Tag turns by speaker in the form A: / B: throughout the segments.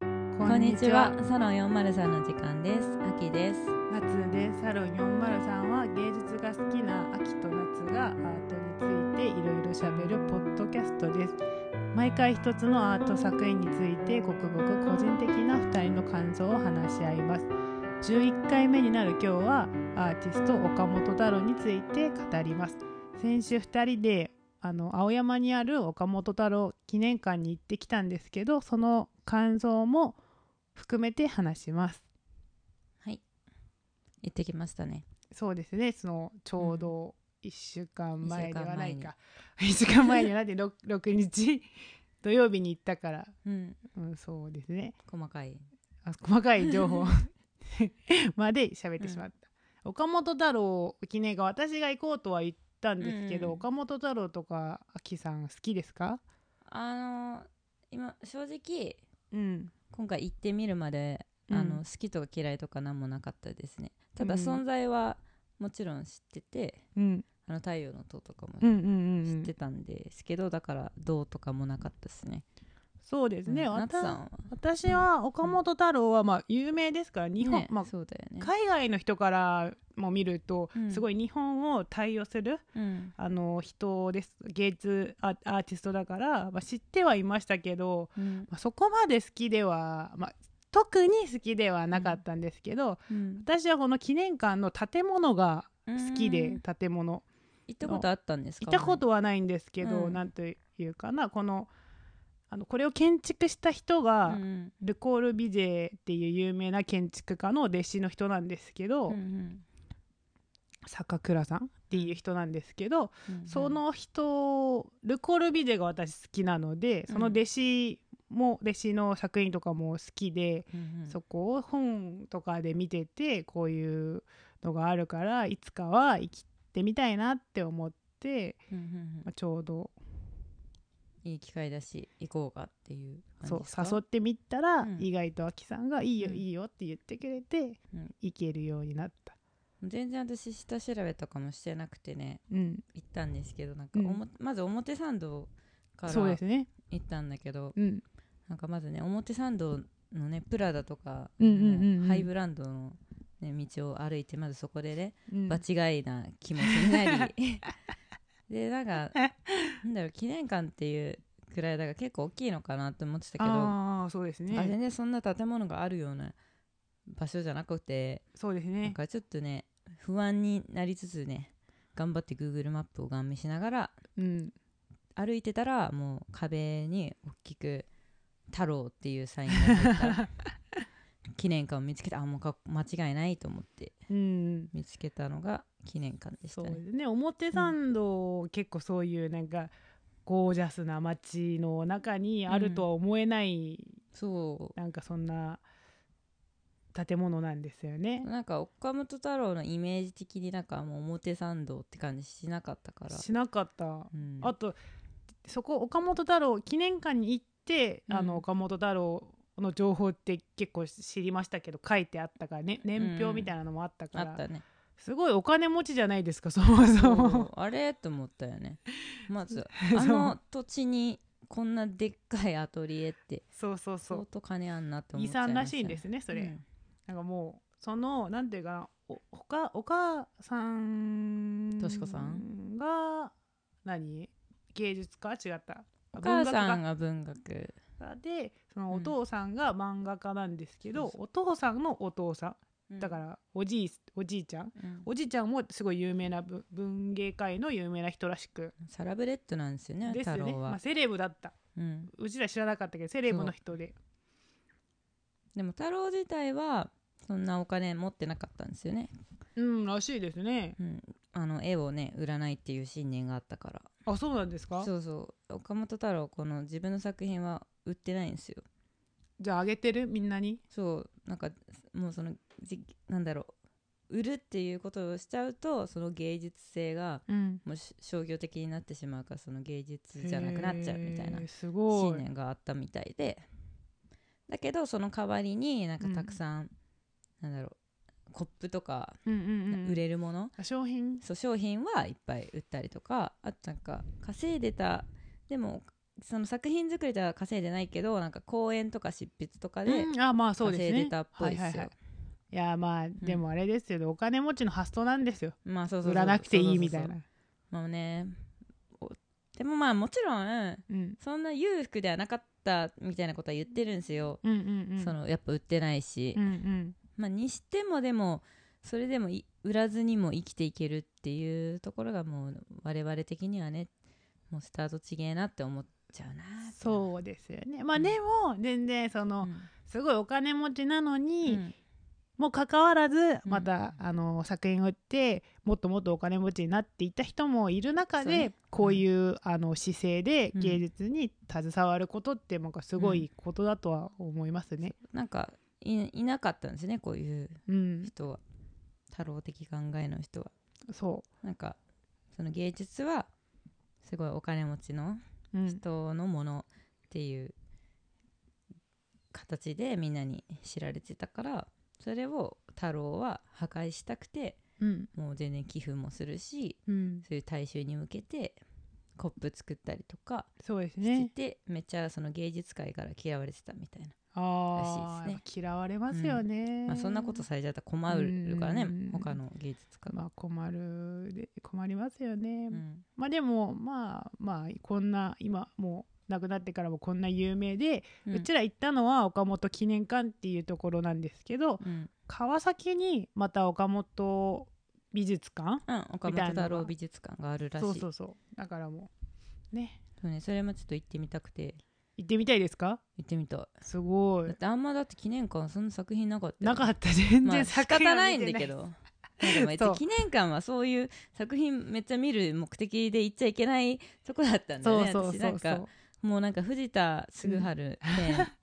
A: こんにちは。サロン403の時間です。秋です。
B: 夏でサロン403は芸術が好きな秋と夏がアートについていろいろしゃべるポッドキャストです毎回一つのアート作品についてごくごく個人的な2人の感想を話し合います11回目になる今日はアーティスト岡本太郎について語ります先週2人であの青山にある岡本太郎記念館に行ってきたんですけどその感想も含めて話します
A: 行ってきましたね。
B: そうですねそのちょうど1週間前ではないか、1週間前
A: 前
B: にはなって6 6日土曜日に行ったから、
A: うん。
B: うん、そうですね
A: 細かい。
B: あ細かい情報 まで喋ってしまった、岡本太郎記念が私が行こうとは言ったんですけど、
A: うんうん
B: 岡本太郎とか秋さん好きですか
A: あのー今、正直、
B: うん
A: 今回行ってみるまで、
B: うん
A: あの、好きとか嫌いとか何もなかったですね。ただ、
B: うん
A: 存在はもちろん知ってて、
B: うん
A: あの、太陽の塔とかも
B: うんうんう
A: 知っ
B: ん
A: てたんですけど、だから、どうとかもなかったですね。
B: そうですね、
A: うん
B: わ
A: 夏
B: た
A: さんは。
B: 私は岡本太郎はまあ有名ですから日本、
A: ね
B: まあ、
A: そうだよね。
B: 海外の人からも見ると、
A: うん
B: すごい日本を対応する
A: うん。
B: あの人です芸術アアーティストだから、まあ、知ってはいましたけど、
A: うん
B: まあ、そこまで好きでは、まあ、特に好きではなかったんですけど、
A: うん
B: 私はこの記念館の建物が好き
A: う
B: で
A: ん
B: 建物
A: 行ったことあったんですか
B: 行ったことはないんですけど、
A: うん
B: なんというかなこのあのこれを建築した人が、
A: うんうん
B: ルコール・ビジェっていう有名な建築家の弟子の人なんですけど、
A: うんうん
B: 坂倉さんっていう人なんですけど、
A: うんうん
B: その人ルコール・ビジェが私好きなのでその弟子も、弟子の作品とかも好きで、
A: うんうん
B: そこを本とかで見ててこういうのがあるからいつかは生きてみたいなって思って、
A: うんうん
B: まあちょうど
A: うんいい機会だし行こうかっていう
B: そう
A: 感じですか
B: 誘ってみたら、
A: うん
B: 意外とアキさんが「いいよ、
A: うん
B: いいよ」って言ってくれて、
A: うん
B: 行けるようになった。
A: 全然私下調べとかもしてなくてね
B: うん
A: 行ったんですけどなんか
B: うん
A: おも、まず表参道から
B: そうで
A: 行
B: すね。
A: ったんだけど、
B: うん。
A: なんかまずね表参道のねプラダとか、
B: うんうんうんうん
A: ハイブランドの、ね、道を歩いてまずそこでね、
B: うん
A: 場違いな気持ちにな りでなんかなんだろう記念館っていうくらいだから結構大きいのかなと思ってたけど
B: ああ、そうです
A: あ全
B: ね。
A: 然そんな建物があるような場所じゃなくて、
B: そうです
A: なん
B: ね。
A: かちょっとね不安になりつつね頑張って Google マップをガン見しながら
B: うん。
A: 歩いてたらもう壁に大きく「太郎」っていうサインが入った 記念館を見つけてあもうか間違いないと思って
B: うん。
A: 見つけたのが記念館でし
B: そ
A: た
B: う
A: ね。
B: ですね。表参道、結構そういうなんか。ゴージャスな街の中にあるとは思えない、
A: そう
B: なんかそんな建物なんですよね。
A: なんか岡本太郎のイメージ的になんかもう表参道って感じしなかったから、
B: しなかった。
A: うん、
B: あとそこ岡本太郎記念館に行って、
A: うん
B: あの岡本太郎の情報って結構知りましたけど書いてあったからね年表みたいなのもあった
A: あ
B: から、
A: ったね
B: すごいお金持ちじゃないですかそもそ
A: そう
B: も。
A: あれと思ったよねまず
B: そう
A: あの土地にこんなでっかいアトリエって
B: そうそうそ
A: 相
B: う
A: 当金あんなって思っ
B: 遺
A: ちゃい
B: 産
A: ま
B: ら
A: した
B: しいんですねそれ、
A: うん
B: なんかもうそのなんていうかなおおかお母さん
A: としこさ
B: んが何芸術家違った
A: お母さん
B: 文
A: が文学
B: 学家でその
A: うん
B: お父さんが漫画家なんですけど、
A: そう
B: お父さんのお父さんだからおじいおじいちゃん
A: うん
B: おじいちゃんもすごい有名なぶ文芸界の有名な人らしく
A: サラブレッドなんですよね
B: です
A: 太
B: ね、
A: 郎
B: まあ、
A: は、
B: セレブだった
A: うん、
B: うちら知らなかったけどセレブの人で
A: でも太郎自体はそんなお金持ってなかったんですよね、
B: うんらしいですね
A: うん、あの絵をね売らないっていう信念があったから
B: あそうなんですか
A: そうそう岡本太郎この自分の作品は売ってないんですよ
B: じゃああげてるみんなに
A: そうなんかもうそのじなんだろう売るっていうことをしちゃうとその芸術性が
B: うん
A: もうし商業的になってしまうからその芸術じゃなくなっちゃうみたいな
B: へーすご
A: 信
B: い
A: 念があったみたいでだけどその代わりになんか
B: うん
A: たくさん、なんだろうコップとか
B: うんうんうん
A: 売れるもの、
B: あ商品
A: そう商品はいっぱい売ったりとかあとなんか稼いでたでもその作品作りでは稼いでないけどなんか講演とか執筆とかで
B: うん、あまあそうです
A: 稼い
B: ね
A: でたっぽいですよ、
B: はいはいはいいやまあでもあれですけど、お金持ちの発想なんですよ
A: まあそうそ
B: 売
A: うそう
B: らなくていいみたい
A: そうそう
B: な
A: そうまあねおでもまあもちろん
B: うん
A: そんな裕福ではなかったみたいなことは言ってるんですよ、
B: うんうんうん
A: そのやっぱ売ってないし、
B: うんうん
A: まあにしてもでもそれでもい売らずにも生きていけるっていうところがもう我々的にはねもうスタートちげえなって思っちゃうなう
B: そうですよねまあ
A: うん
B: でも全然その、
A: ん
B: すごいお金持ちなのに、
A: うん
B: もかかわらずまた、あの作品を売ってもっともっとお金持ちになっていった人もいる中で、
A: そうね
B: こういう、あの姿勢で
A: うん
B: 芸術に携わることってなんかすごいことだとは思いますね。
A: なんかいいなかったんですねこういう
B: うん、
A: 人は太郎的考えの人は
B: そ
A: なんかその芸術はすごいお金持ちの
B: う、うん、
A: 人のものっていう形でみんなに知られてたからそれを太郎は破壊したくて
B: うん、
A: もう全然寄付もするし
B: うん、
A: そういう大衆に向けてコップ作ったりとか
B: そうです
A: して
B: ね。
A: て、めっちゃその芸術界から嫌われてたみたいな、
B: ああ、
A: らしいですね
B: やっぱ嫌われますよね。
A: まあ、そんなことされちゃったら困るからね
B: うん
A: 他の芸術家
B: ま
A: が、
B: あ困るで困りますよね。
A: うん
B: まあでもまあまあこんな今もう亡くなってからもこんな有名で
A: うん
B: うちら行ったのは岡本記念館っていうところなんですけど
A: うん
B: 川崎にまた岡本美術館
A: うん、岡
B: みた
A: 本
B: いなのが
A: 太郎美術館があるらしい
B: そうそうそうだからもうね
A: そうね、それもちょっと行ってみたくて
B: 行ってみたいですか
A: 行ってみたい
B: すご
A: だっ
B: い
A: てあんまだって記念館そんな作品なかったよ
B: なかった全
A: ま
B: 然
A: あ仕
B: 作品
A: 方
B: は
A: ないん
B: 見て
A: だけどでも別
B: そう
A: に記念館はそういう作品めっちゃ見る目的で行っちゃいけないとこだったんだ
B: そ
A: よ
B: う
A: ね
B: そう
A: 私な
B: そ
A: ん
B: うそ
A: か
B: う
A: もうなんか藤田嗣治で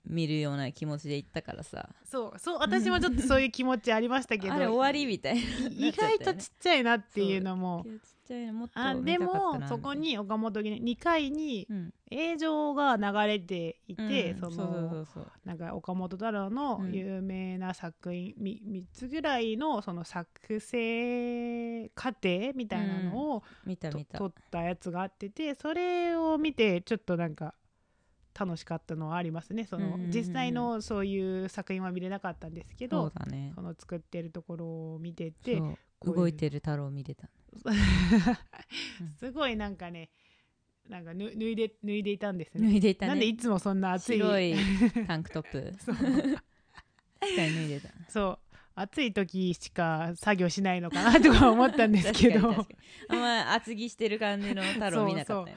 A: 見るような気持ちで行ったからさ
B: そうそう私もちょっとそういう気持ちありましたけど
A: あれ終わりみたいなな
B: 意
A: っちゃったよね
B: 外とちっちゃいなっていうのも
A: いやちっちゃいのもっと
B: あ
A: 見
B: で
A: たかったな
B: も
A: みたいな
B: そこに岡本記念2階に
A: うん
B: 映像が流れていて、
A: うん
B: その
A: そうそうそうそう
B: なんか岡本太郎の
A: うん
B: 有名な作品、み3つぐらいのその作成過程みたいなのを
A: 見た
B: と、
A: 見た
B: 撮ったやつがあっててそれを見てちょっとなんか楽しかったのはありますねその、
A: うんうんうんうん
B: 実際のそういう作品は見れなかったんですけ
A: そう
B: ど
A: だね
B: その作ってるところを見てて
A: そう
B: こういう
A: 動いてる太郎見れた
B: すごいなんかねなんかぬ脱いで脱いでいたんです
A: 脱
B: ね
A: いでいたね
B: なんでいつもそんな暑い
A: 白いタンクトップ
B: そう
A: 確かに脱いでた
B: そう暑い時しか作業しないのかなと か思ったんですけ
A: 確か
B: ど
A: に確かにあんま厚着してる感じの太郎見なかったよね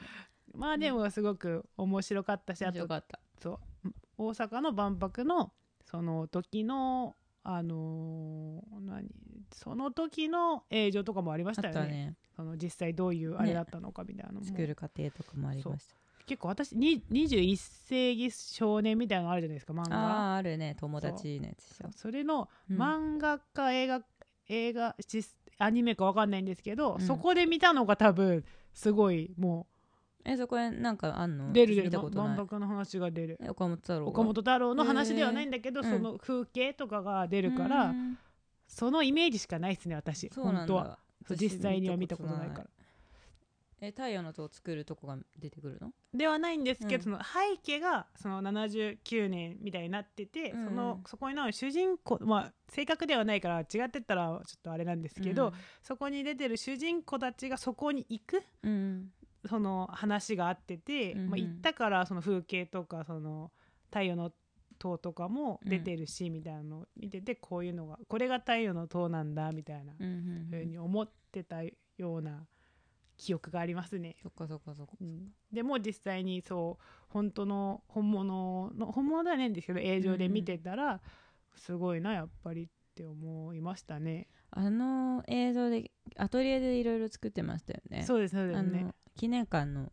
B: まあでもすごく面白かったし、あ
A: 面白
B: と
A: かった
B: そう大阪の万博のその時のあのー何その時の映像とかもありまし
A: あ
B: たよ
A: と
B: ね
A: はね
B: その実際どういうあれだったのかみたいなのも、
A: 作る過程とかもありました
B: 結構私に21世紀少年みたいなのあるじゃないですか漫画
A: ああーあるね友達のやつでし
B: そ
A: ょ
B: うそれの
A: うん
B: 漫画か映画映画実アニメかわかんないんですけど、
A: うん
B: そこで見たのが多分すごいも
A: えそこへなんかあん
B: う
A: の
B: 出る出
A: 見
B: る
A: たこと
B: 万
A: ない
B: 博の話が出る
A: え岡本太郎が
B: 岡本太郎の話
A: へー
B: ではないんだけど、
A: うん
B: その風景とかが出るから、
A: うん
B: そのイメージしかないですね私
A: そうな
B: 本
A: ん
B: 当は
A: だ
B: そう
A: 私
B: 実際には見たことないから
A: え太陽の塔作るとこが出てくるの
B: ではないんですけど、
A: うん
B: その背景がその79年みたいになってて、
A: うんうん
B: そのそこにの主人公まあ正確ではないから違ってたらちょっとあれなんですけど、そこに出てる主人公たちがそこに行く
A: うんうん
B: その話があってて、
A: うんうん
B: まあ、行ったからその風景とかその太陽の塔とかも出てるし、みたいなのを見ててこういうのがこれが太陽の塔なんだみたいな
A: うんうんう
B: ふうんに思ってたような記憶がありますね。
A: そっかそっかそっか
B: うんでも実際にそう本当の本物の本物ではないんですけど映像で見てたらすごいなやっぱりって思いましたね。
A: あの映像でアトリエでいろいろ作ってましたよね
B: そうですそうで
A: あ
B: すね
A: の。記念館の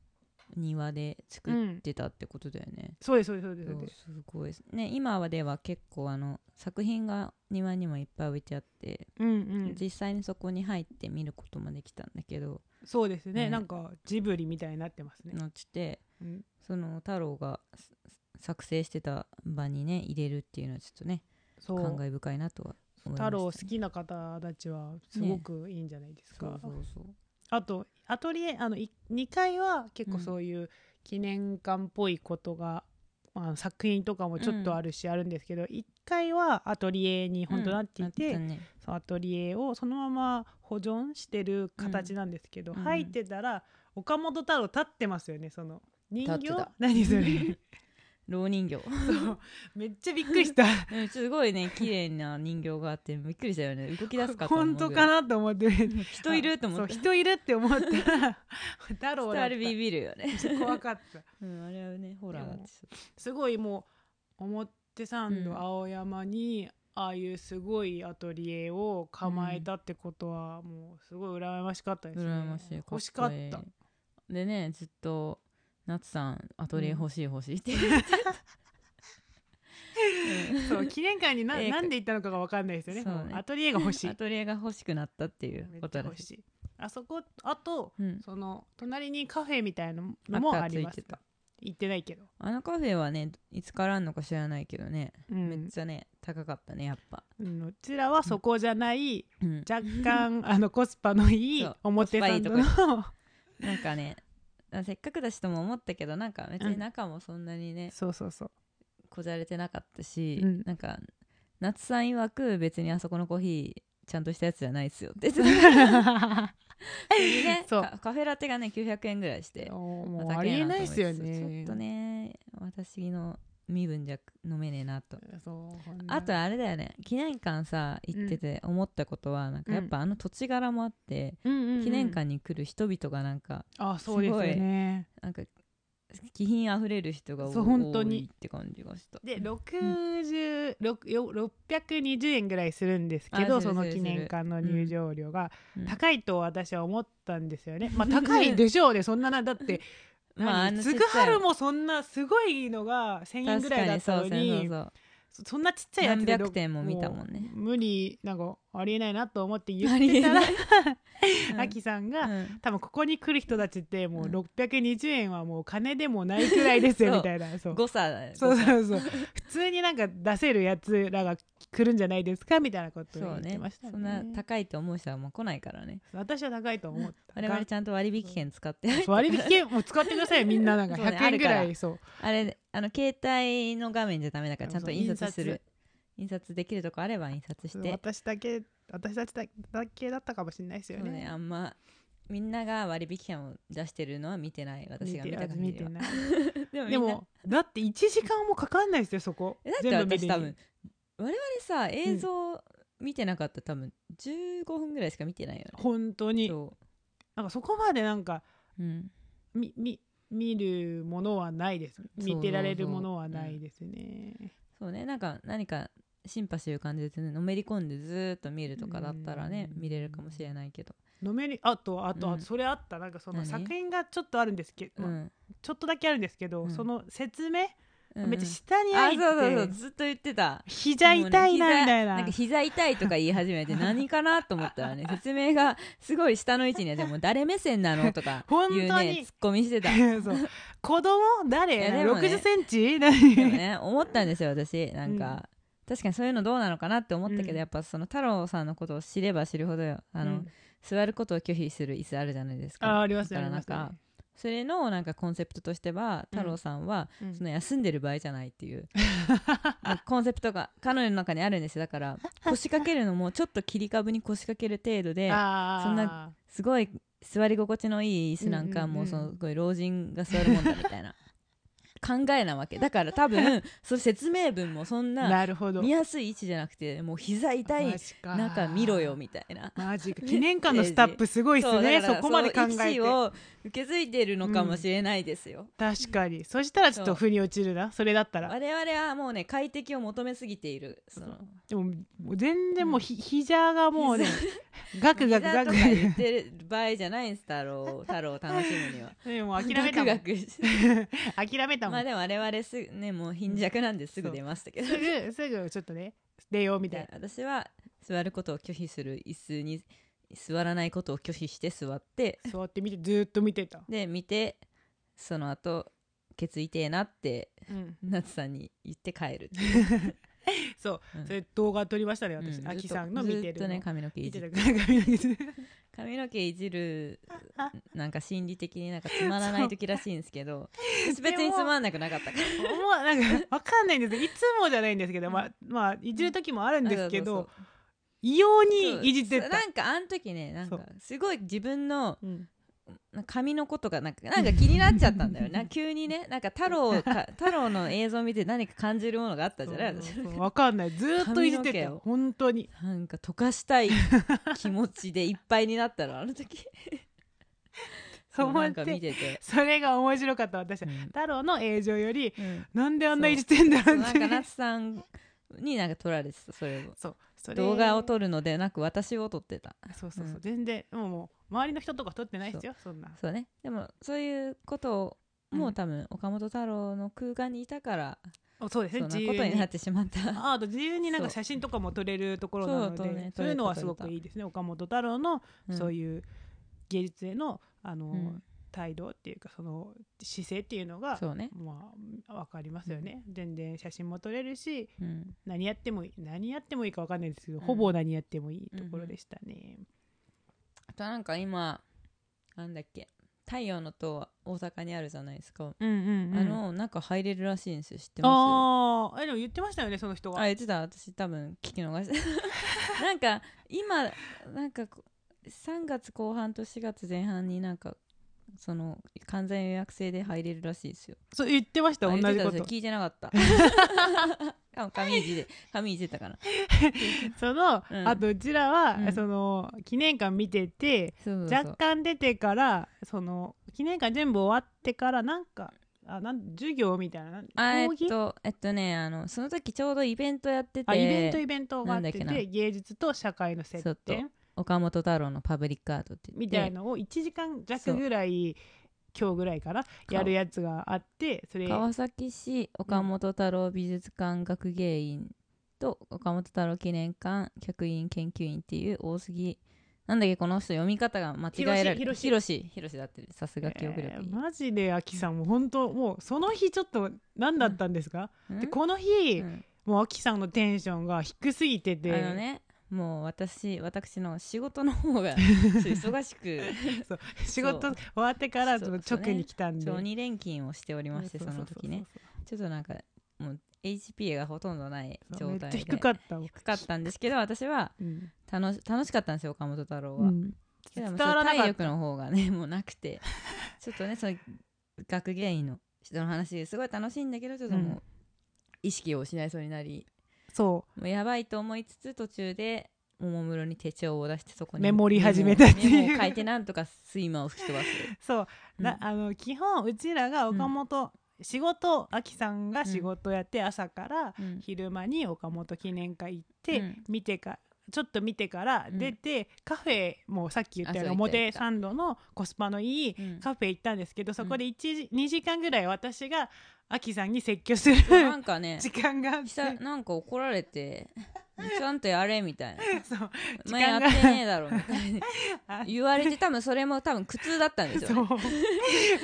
A: 庭で
B: う
A: 作っ
B: ん、
A: てたってことだよね、
B: そうですそうですそうですそう
A: そう
B: です。
A: すごいですね今はでは結構あの作品が庭にもいっぱい置いてあって、
B: うんうん、
A: 実際にそこに入って見ることもできたんだけど
B: そうですね
A: ね
B: なんかジブリみたいになってますね、
A: のちて
B: うん
A: その太郎がす作成してた場にね入れるっていうのはちょっとね
B: そう
A: 感慨深いなとは思いました、ね、
B: 太郎好きな方たちはすごくいいんじゃないです
A: そ
B: か、
A: うそうそう
B: あとアトリエあの2階は結構そういう記念館っぽいことが、まあ、作品とかもちょっとあるし、あるんですけど1階はアトリエに本当なっていて、
A: うんなっ
B: そのアトリエをそのまま保存してる形なんですけど、
A: うんうん
B: 入ってたら岡本太郎立ってますよねその人
A: 立って
B: 形
A: た
B: 何そ れ
A: 老人形
B: そうめっちゃびっくりした
A: うんすごいね綺麗な人形があってびっくりしたよね動き出すかと思う
B: 本当か
A: な
B: なと思って
A: 人いると思っ
B: そ
A: て
B: う人いるって思ったら 太郎だ
A: あ
B: っ
A: れビビるよね、
B: た怖かった
A: うん、あれはねホラーだって
B: すごいもう表参道青山に、ああいうすごいアトリエを構えたってことは、もうすごい羨ましかったですね
A: 羨ましいかっこいい
B: 欲しかった
A: でねずっと夏さんアトリエ欲しい欲しいって、
B: そう記念館にな
A: ええ
B: なんで行ったのかが分かんないですよね
A: そうね
B: もうアトリエが 欲しい
A: アトリエが欲しくなったってい
B: め
A: う
B: っ
A: こ
B: ちゃ
A: とら
B: 欲
A: しい
B: しいあそこあと、
A: うん
B: その隣にカフェみたいなのもあります
A: あったついてた
B: 行ってないけど、
A: あのカフェはねいつからあんのか知らないけどね、
B: うん
A: めっちゃね高かったねやっぱ、
B: うんうちらはそこじゃない、
A: うん、
B: 若干 あのコスパのいい
A: そう
B: 表参道の
A: コなんかねあせっかくだしとも思ったけどなんか別に中もそんなに ね、
B: そうそう そう
A: こじゃれてなかったし、
B: うん
A: なんか夏さん曰く別にあそこのコーヒーちゃんとしたやつじゃないっすよ って言ってたね
B: そう
A: カカフェラテがね900円ぐらいして
B: おーもう
A: まあ
B: あ
A: 高
B: りえ
A: え
B: な
A: ない
B: で
A: と思いつつ
B: すよね
A: ちょっとね私の身分じゃ飲めねえなと
B: そうほんな
A: あとあれだよね記念館さ行ってて思ったことは、なんかやっぱあの土地柄もあって、
B: うんうんうん
A: 記念館に来る人々がなんか
B: あそうですよね
A: なんか気品あふれる人が多い
B: そう本当に
A: って感じがした
B: で60、六よ620円ぐらいするんですけど
A: あす
B: そ
A: る
B: の
A: する
B: 記念館の入場料が
A: うん
B: 高いと私は思ったんですよ ね、まあ高いでしょうねそんななだって
A: まああ
B: 何
A: の
B: つ
A: ち
B: ぐ
A: っちゃ
B: はいるもそんなすごいのが1000円ぐ
A: 確
B: らい
A: か
B: だったの
A: にそうそうそう
B: に
A: そう
B: そそんなちっちゃいやつで
A: 何百点も見たもんね
B: う無理なんかありえないなと思って言
A: あ
B: っ
A: り
B: て
A: え
B: たら
A: ない
B: あきさんが、
A: うん
B: 多分ここに来る人たちってもう
A: うん
B: 620円はもう金でもないくらいですよ
A: そう
B: みたいなそう
A: 誤差だよ
B: そう
A: 誤差
B: そうそう普通になんか出せるやつらが来るんじゃないですかみたいなことを言
A: そう
B: って
A: ね
B: ましたね
A: そんな高いと思う人はもう来ないからね
B: 私は高いと思った
A: 我々
B: が
A: ちゃんと割引券使って
B: そう割引券も使ってくださいよみんななんか
A: そうね
B: 100円ぐら
A: あるか
B: いそう,、
A: あれあの携帯の画面じゃダメだからちゃんと印刷す
B: そう
A: る印刷できるとこあれば印刷して
B: 私だけ私たちだけだったかもしれないですよ
A: そう
B: ね
A: ねあんまみんなが割引券を出してるのは見てない私が見た限
B: 見
A: り
B: て
A: は
B: ない
A: でもみ
B: で
A: んな
B: もだって1時間もかかんないですよそこ
A: えだって私多
B: 見る
A: 分我々さ映像見てなかったら多分15分ぐらいしか見てないよね
B: 本当に
A: そ
B: なんかそこまでなんか
A: う、うん、
B: みみ見るものはないです
A: うそう
B: 見てられるものはないですね
A: そうねなんか何かシンパシーを感じてねのめり込んでずーっと見るとかだったらね
B: うん
A: 見れるかもしれないけど、
B: のめりあとあと、
A: うん
B: あとそれあったなんかその
A: 何
B: 作品がちょっとあるんですけど、ま
A: う
B: あ
A: ん
B: ちょっとだけあるんですけど、
A: うん
B: その説明、
A: うんうん
B: めっちゃ下に
A: あ
B: 入
A: そう
B: って
A: そうそうずっと言ってた
B: 膝痛いなみ
A: もうね膝
B: たいな,、
A: ん か膝痛いとか言い始めて何かなと思ったらね説明がすごい下の位置にでもう誰目線なの とか
B: 本当に
A: いうねツッコミしてた
B: そう子供誰、
A: いやでもね
B: 60センチ
A: でも
B: 何、
A: ね思ったんですよ私なんか、確かにそういうのどうなのかなって思ったけど、
B: うん
A: やっぱその太郎さんのことを知れば知るほどよあの、
B: うん
A: 座ることを拒否する椅子あるじゃないです
B: あ
A: か
B: ありますね
A: だ
B: あ
A: か
B: り
A: らな
B: ま
A: ん
B: すね
A: かそれのなんかコンセプトとしては
B: うん
A: 太郎さんは、
B: うん
A: その休んでる場合じゃないっていう もうコンセプトが彼女の中にあるんですよ だから腰掛けるのもちょっと切り株に腰掛ける程度で
B: あー
A: そんなすごい座り心地のいい椅子なん
B: う
A: か
B: んうんうん
A: もうそのすごい老人が座るもんだみ たいな考えなわけだから多分その説明文もそんな
B: なるほど
A: 見やすい位置じゃなくてもう膝痛い
B: なん
A: 中見ろよみたいな。
B: マジか記念館のスタッフすごいで
A: そ
B: す
A: うだ
B: ね
A: か
B: そ
A: ら
B: こまで考
A: その
B: え
A: 意
B: て
A: 思を受け継いでるのかもしれないですよ、
B: 確かにそしたらちょっと腑に落ちるなそれだったら
A: 我々はもうね快適を求めすぎているその
B: でももう全然もうひ、膝がもうねガクガク
A: 膝
B: ガ
A: と
B: ク
A: か言ってる場合じゃないんです太 郎太郎を楽しむには
B: でもう諦めたも
A: ガ
B: ん
A: クガクし
B: 諦めたも
A: ま
B: ん
A: あでも我々すぐねもう貧弱なんですぐ出ましたけど
B: すぐすぐちょっとね出ようみたい
A: で私は座ることを拒否する椅子に座らないことを拒否して座って
B: な座って見てずーっと見てた、
A: で見てその後ケツ痛えなって
B: うん、
A: 夏さんに言って帰るっていう
B: そう、
A: うん
B: それ動画撮りましたね私
A: うん
B: あき、さんの見て
A: ずっとずっ
B: るの
A: とね髪の毛い
B: 見
A: じ
B: て
A: って
B: た髪の毛
A: 髪の毛いじるなんか心理的になんかつまらない時らしいんですけど私別につまんなくなかったから
B: もうなんかわかんないんですいつもじゃないんですけどまあまあいじる時もあるんですけど、
A: そうそうそう
B: 異様
A: そう
B: にいじってた、
A: なんかあの時ねなんか
B: そう
A: すごい自分の
B: うん
A: なんか髪のことがなんかなんか気になっちゃったんだ よな急にねなんか太郎か太郎の映像を見て何か感じるものがあったじゃない
B: そう
A: 私
B: そうそうわかんないずーっといじって
A: 髪の
B: た
A: 毛を
B: 本当に
A: なんか溶かしたい気持ちでいっぱいになったのあの時
B: そう
A: そうな
B: 思っ
A: んか見
B: て
A: て て、
B: それが面白かった私は
A: うん
B: 太郎の映像より
A: うん
B: なんであんないじってんだ
A: そ
B: ろ
A: う
B: う
A: な
B: っ
A: んか
B: て
A: 夏さんになんか撮られてたそれを
B: そうそれ
A: 動画を撮るのでなく私を撮ってた
B: そうそうそう、
A: うん
B: 全然もうもう周りの人とか撮ってないですよそんな
A: そうねでもそういうことをもう多分岡本太郎の空間にいたから、
B: あそうですね
A: そんな
B: 自
A: こ
B: 由
A: とにな
B: に
A: ってしまった
B: ああと自由になんか
A: そう
B: 写真とかも撮れるところなのでそ
A: そ
B: うう,、
A: そうね
B: いうのは
A: 撮
B: す
A: れた
B: ご
A: 撮れた
B: くいいですね岡本太郎のそう
A: い
B: いう芸術へのあの、
A: うん
B: 態度っていうかその姿勢っていうのが
A: そうね、
B: まあわかりますよね、全然写真も撮れるし
A: うん、
B: 何やってもいい何やってもいいかわかんないですけど、
A: うん
B: ほぼ何やってもいいところでしたね、
A: あとなんか今なんだっけ太陽の塔は大阪にあるじゃないですか、
B: うんうんうん
A: あのなんか入れるらしいんですよ知ってます
B: あーえでも言ってましたよねその人が
A: あ言ってた私多分聞き逃して なんか今なんかこう3月後半と4月前半になんかその完全予約制で入れるらしいですよ
B: そう言ってました
A: あ
B: 同
A: 言って
B: じ
A: た
B: こ
A: それ
B: と
A: 聞いてなかっ たあ紙いじで紙いじってたから
B: その、
A: うん
B: あとうちらは、
A: うん
B: その記念館見てて
A: そうそうそう
B: 若干出てからその記念館全部終わってからなんかあなん授業みたいななん
A: あえっ
B: 講義
A: とえっとねあのその時ちょうどイベントやってて
B: あイベントイベントがあって
A: なんだっけ
B: て芸術と社会の接
A: そう
B: 点
A: 岡本太郎のパブリックアートって言って
B: みたいのを1時間弱ぐらい今日ぐらいからやるやつがあってそれ
A: 川崎市岡本太郎美術館学芸員と岡本太郎記念館客員研究員っていう大杉なんだっけこの人読み方が間違えられる
B: 広志
A: ひろしひろしだってるさすが記憶
B: え
A: 力いい、
B: ーマジでアキさんもう本当もうその日ちょっと何だったんですか、
A: うん
B: でこの日、
A: うん
B: もうアキさんのテンションが低すぎて
A: あ
B: て
A: の ねもう私私の仕事の方がちょっと 忙しく
B: そう仕事終わってから
A: そう
B: その
A: そうね
B: 直に来たんで。
A: 超二連勤をしておりまして
B: う
A: そ
B: ん
A: の時ね。ちょっとなんかもう HP がほとんどない
B: そうそうそう
A: 状
B: め
A: 態
B: っ
A: で
B: ちゃ低かったもん。
A: 低かったんですけど私は
B: うん
A: 楽し楽しかったんですよ岡本太郎は、
B: うん
A: でも
B: 伝わらな
A: 体
B: かった
A: 力の方がね もうなくてちょっとねその学芸員の人の話ですごい楽しいんだけどちょっともう、
B: うん
A: 意識を失いそうになり
B: そ
A: もうやばいと思いつつ途中でおもむろに手帳を出してそこに
B: メモり始めたっていう
A: メモメモを書いてなんとか睡魔を吹き飛ばす、
B: うそう、 なあの基本うちらが岡本、仕事アキさんが仕事やって、朝から
A: うんうん
B: 昼間に岡本記念会行って、
A: うん
B: 見てかちょっと見てから
A: うん
B: 出て、カフェもうさっき言ったような
A: あそう言った言
B: 表
A: った
B: 参道のコスパのいい
A: うん
B: カフェ行ったんですけど、そこで1時2時間ぐらい私がアキさんに説教する
A: そうなんかね
B: 時間があっ
A: 久
B: て
A: なんか怒られてちゃんとやれみたいな
B: そう
A: お
B: 時
A: 前や
B: 間
A: っ
B: が
A: てねえだろみたいに
B: あ
A: 言われて多分それも多分苦痛だったんです
B: そう
A: よ、ね、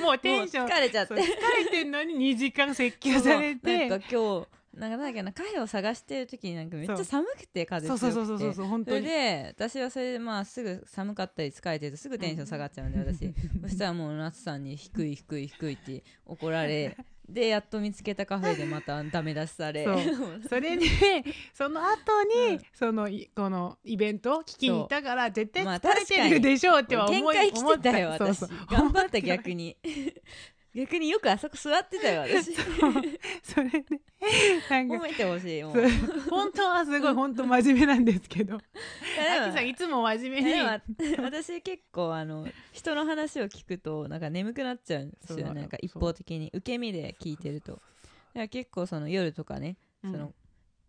B: もうテンション
A: もう疲れちゃっ
B: そ
A: て
B: う疲れてんのに2時間説教されて
A: なんか今日なんかなんだっけなカフェを探してる時になんかめっち
B: そ
A: ゃ
B: う
A: 寒くて風
B: そう
A: 強
B: そう
A: くて
B: そうそうそう本
A: そ
B: 当
A: れ
B: に
A: で私はそれでまあすぐ寒かったり疲れてるとすぐテンション下がっちゃうんで私そしたらもう夏さんに低い低い低いって怒 られでやっと見つけたカフェでまたダメ出しされ
B: そうそれでその後に、
A: うん
B: そのいこのイベントを聞きに行ったから絶対
A: まあ
B: 疲れてるでしょうっては
A: 限
B: 思い、
A: 界
B: 思
A: 来
B: って
A: たよ
B: そう
A: 私
B: そう
A: 頑張った逆に 逆によくあそこ座ってたよ私
B: それでなん
A: 褒
B: か
A: めてほしいもう
B: そう本当はすごい本当真面目なんです けどあ
A: で
B: き
A: も
B: さんいつも真面目
A: い
B: に
A: やでも 私結構あの人の話を聞くとなんか眠くなっちゃうんです
B: そう
A: よ
B: なの
A: なんか一方的に受け身で聞いてるとだから結構その夜とかね、
B: うん
A: その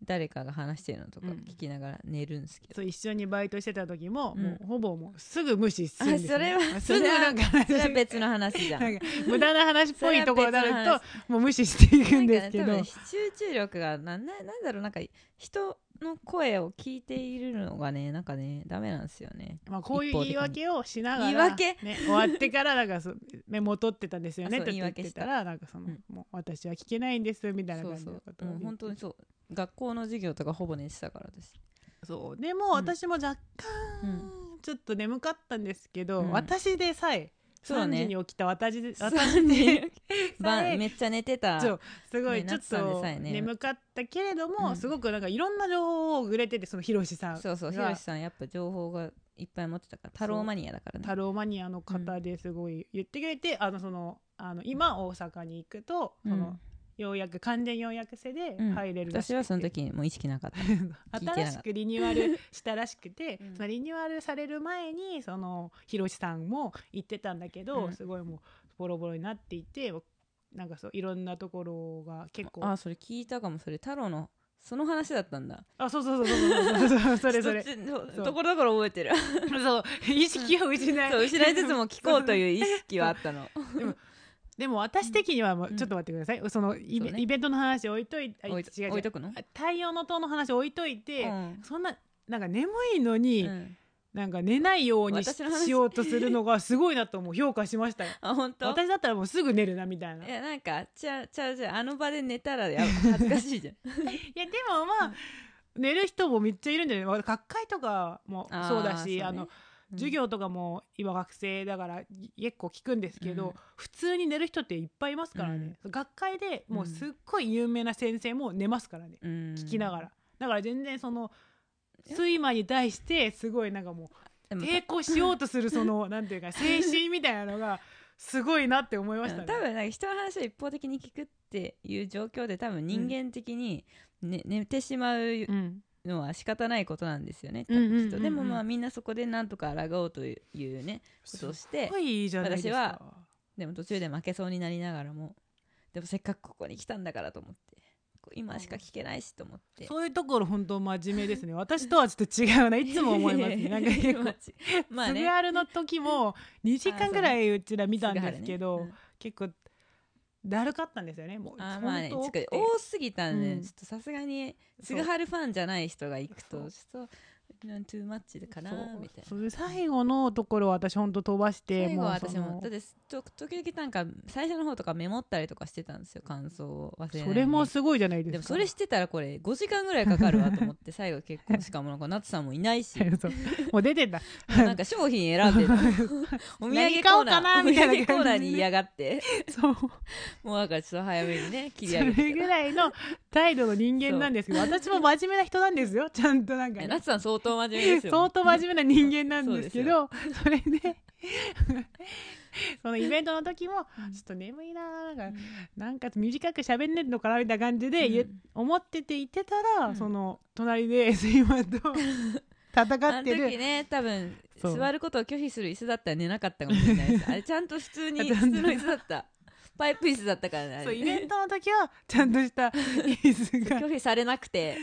A: 誰かが話してるのとか
B: うん
A: 聞きながら寝るんですけど、
B: そう一緒にバイトしてた時も、
A: うん
B: もうほぼもうすぐ無視するんです、ね、
A: あそ
B: す
A: れは
B: ぐなんか
A: それは別の話じゃん
B: なんか無駄な話っぽいところにな
A: それは
B: る
A: 別
B: ともう無視していく
A: なん
B: ん
A: か
B: です
A: ね
B: け
A: 多
B: ど、
A: 分集中力がなんななんだろうなんか人の声を聞いているのがねなんかねダメなんですよね
B: まあ、こういう言い訳をしながら、
A: 言い訳
B: ね、終わってからなんかそうメモ取ってたんですよね
A: あ
B: っ
A: そう
B: て言ってたらなんかその、
A: うん
B: もう私は聞けないんですみたいな
A: そ
B: 感
A: う
B: じ
A: そ
B: の
A: う
B: ことを
A: もう本当にそう学校の授業とかほぼ寝てたからです
B: そうでも私も若干、
A: うん
B: ちょっと眠かったんですけど、
A: うん
B: 私でさえ
A: そう
B: 3時
A: ね
B: に起きた私で私
A: 3
B: で
A: 時晩めっちゃ寝てた
B: そうすごい
A: ね
B: ちょっ
A: 夏さんで
B: と
A: さえね
B: 眠かったけれども、
A: うん
B: すごくなんかいろんな情報をくれててそのひろしさん
A: そうそうひ
B: が
A: ろしさんやっぱ情報がいっぱい持ってたから太郎マニアだからね
B: 太郎マニアの方ですごい言ってくれて、あのそのあの今大阪に行くと、
A: うん
B: そのようやく完全ようやく制で入れるらしく
A: 私
B: て、
A: はその時もう意識なかった聞いてなかっ た
B: 新しくリニューアルしたらしくて、
A: うん
B: そのリニューアルされる前にそのひろしさんも行ってたんだけど、
A: うん
B: すごいもうボロボロになっていてなんかそういろんなところが結構
A: あ
B: あ
A: それ聞いたかもそれ太郎のその話だったんだ
B: そうそうそうそうそうそうそれそれ
A: 一つそう
B: そう
A: ところどころ覚えてる
B: そう意識を失い
A: そう失いつつも聞こうという意識はあったの
B: でも私的にはもう
A: うん
B: ちょっと待ってください、そのイベ
A: そうね
B: イベントの話置いといて
A: 置いと
B: 違う違
A: 置いうとくの
B: 太陽の塔の話置いといて、
A: うん
B: そんななんか眠いのに、
A: うん
B: なんか寝ないようにし
A: 私の話
B: しようとするのがすごいなと思う評価しましたよ
A: あ 本当
B: 私だったらもうすぐ寝るなみたいない
A: やなんかちゃうちゃうちゃうあの場で寝た らや恥ずかしいじゃん
B: いやでもまあ、寝る人もめっちゃいるんじゃないまあ学会とかも
A: あー
B: そうだし
A: そうね
B: あの
A: うん
B: 授業とかも今学生だからい結構聞くんですけど、
A: うん
B: 普通に寝る人っていっぱいいますからね、学会でもうすっごい有名な先生も寝ますからね、
A: うん
B: 聞きながらだから全然その
A: え
B: 睡魔に対してすごいなんかも
A: で
B: う
A: も
B: 抵抗しようとするそのなんていうか精神みたいなのがすごいなって思いました
A: うん
B: ね
A: 多分なんか人の話を一方的に聞くっていう状況で多分人間的に、ね寝てしまう
B: うん
A: のは仕方ないことなんですよね、
B: うんうんうんうん
A: きっとでもまあみんなそこでなんとか抗おうというねことをして
B: すごいいいじゃないですか
A: 私はでも途中で負けそうになりながらもでもせっかくここに来たんだからと思ってこう今しか聞けないしと思って。
B: そういうところ本当真面目ですね私とはちょっと違うないつも思い ますねなんか結構
A: まあ
B: ス
A: ね
B: グアルの時も2時間ぐらいうちら見たんですけど、
A: すぐあるね
B: 結構だるかったんですよねもう
A: うんあーまあねちょ
B: 本当
A: っ
B: 多くて
A: と多すぎたんで、
B: うん
A: ちょっとさすがに
B: そ
A: す
B: う
A: ぐはるファンじゃない人が行く
B: そ
A: と
B: う
A: ちょっとなんトゥーマッチかな
B: そう
A: みたいな
B: それ最後のところは私本当飛ばして
A: 最後は
B: うそ
A: 私
B: の
A: もだってと時々なんか最初の方とかメモったりとかしてたんですよ感想を忘れないよう
B: そ
A: に
B: れもすごいじゃないですか
A: でもそれしてたらこれ5時間ぐらいかかるわと思って 最後結構しかもなんか夏さんもいないし
B: そうもう出てん だ
A: なんか商品選んでたお土産コーナ
B: 何買おうかな
A: ー
B: みたいな
A: お土産コーナーに嫌がって
B: そう
A: もうだからちょっと早めにね切り
B: そ
A: 上げて
B: れぐらいの態度の人間なんですけど私も真面目な人なんですよちゃんとなんかね、
A: 夏さん相当真面目ですよ
B: 相当真面目な人間なんですけどそれでそのイベントの時もちょっと眠いなーなんかなんか短く喋んねんのかなみたいな感じで、言え
A: うん
B: 思ってて言ってたら、
A: うん
B: その隣で 睡魔と戦
A: あ
B: っ
A: の
B: て
A: 時
B: る
A: ね多分
B: そう
A: 座ることを拒否する椅子だったら寝なかったかもしれないです あれちゃんと普通に
B: ちゃ
A: 普
B: んと
A: 通の椅子だったパイプ椅子だったからねあれ
B: そうイベントの時はちゃんとした椅子が
A: 拒否されなくて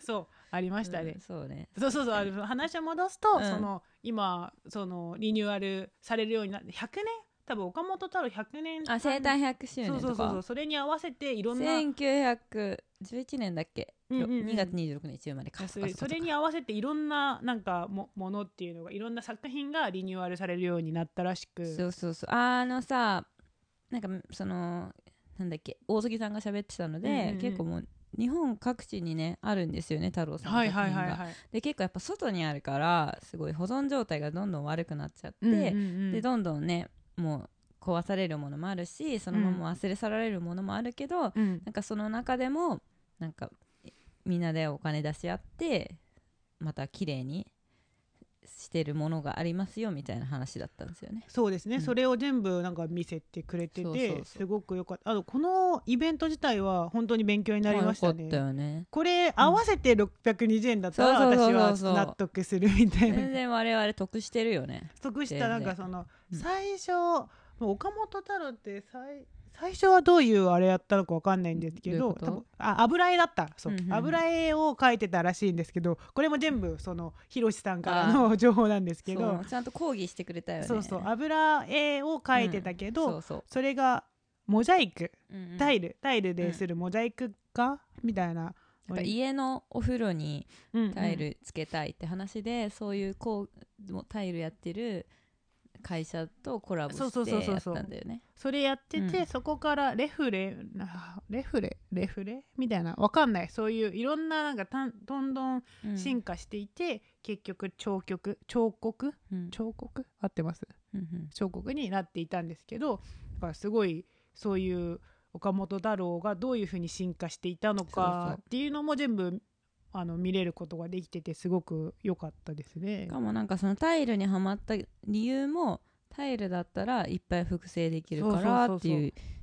B: そうありましたね
A: うん、そうね
B: そうそうそうあの話を戻すと、
A: うん
B: その今そのリニューアルされるようになって100年多分岡本太郎100年
A: あ生誕100周年
B: そう
A: と
B: そうそ
A: か
B: うそうそれに合わせていろんな
A: 1911年だっけ、
B: うんうんうん
A: 2月26日生まれか
B: それそれに合わせていろんななんかもものっていうのがいろんな作品がリニューアルされるようになったらしく
A: そうそうそうあのさなんかそのなんだっけ大杉さんが喋ってたので、
B: うんうんうん
A: 結構もう日本各地にねあるんですよね太郎さんの
B: はい
A: 作品が、
B: はいはいはい
A: で結構やっぱ外にあるからすごい保存状態がどんどん悪くなっちゃって、
B: うんうんうん
A: でどんどんねもう壊されるものもあるしそのまま忘れ去られるものもあるけど、
B: うん
A: なんかその中でもなんかみんなでお金出し合ってまた綺麗にしてるものがありますよみたいな話だったんですよね。
B: そうですね、
A: うん
B: それを全部なんか見せてくれてて
A: そうそうそう
B: すごくよかったあとこのイベント自体は本当に勉強になりました
A: あ
B: ね
A: よかった よね。
B: これ合わせて620円だったら
A: そうそうそう
B: 私
A: そう
B: は納得するみたいな
A: 全然我々得してるよね。
B: 得したなんかその
A: うん
B: 最初もう岡本太郎って最最初はどういうあれやったのかわかんないんですけ
A: どうい
B: ど
A: うこと
B: 多分あ油絵だったそう、
A: うんうんうん
B: 油絵を描いてたらしいんですけどこれも全部そのひろしさんからの情報なんですけ
A: そ
B: ど
A: うちゃんと抗議してくれたよね。
B: そうそう油絵を描いてたけど、
A: そうそう
B: それがモザイク
A: うんうん
B: タイル、タイルでするモザイク画、みたいな
A: なんか家のお風呂に
B: うんうん
A: タイルつけたいって話で、そういうこうもうタイルやってる会社とコラボ
B: そうそう
A: し
B: そう
A: て
B: そ
A: や
B: う
A: っ
B: そう
A: たんだよね
B: それやってて、
A: うん
B: そこからレフレあレフレレフレみたいなわかんないそういういろんななんかたんどんどん
A: うん
B: 進化していて、結局彫刻彫刻
A: うん
B: 彫刻合ってます
A: うんうん
B: 彫刻になっていたんですけどだからすごいそういう岡本太郎がどういうふうに進化していたの
A: そう
B: か
A: そう
B: っていうのも全部あの見れることができててすごく良かったですね
A: し。かもなんかそのタイルにはまった理由もタイルだったらいっぱい複製できる
B: そ
A: から
B: うそうそうそう
A: っていう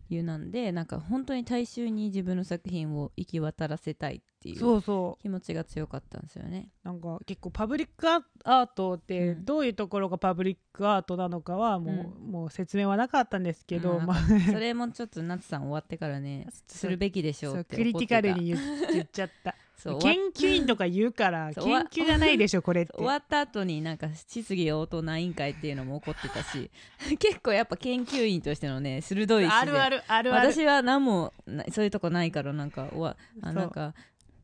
A: 理由なんでなんか本当に大衆に自分の作品を行き渡らせたいっていう
B: そうそう
A: 気持ちが強かったんですよ ね。
B: なんか結構パブリックアアートって
A: うん
B: どういうところがパブリックアートなのかはもう,、もう説明はなかったんですけど、
A: うん
B: まあ、
A: それもちょっと夏さん終わってからねするべきでしょ
B: そうう
A: って
B: クリティカルに言っ言っちゃった
A: そう終
B: 研
A: わ
B: 究員とか言うから
A: そ
B: 研
A: うわ
B: 究じゃないでしょこれって
A: 終わった後になんか質疑応答ない委員会っていうのも起こってたし 結構やっぱ研究員としてのね鋭い視
B: あるあるあるある
A: 私は何もなそういうとこないからなんかわ
B: そ
A: あ
B: う
A: なんか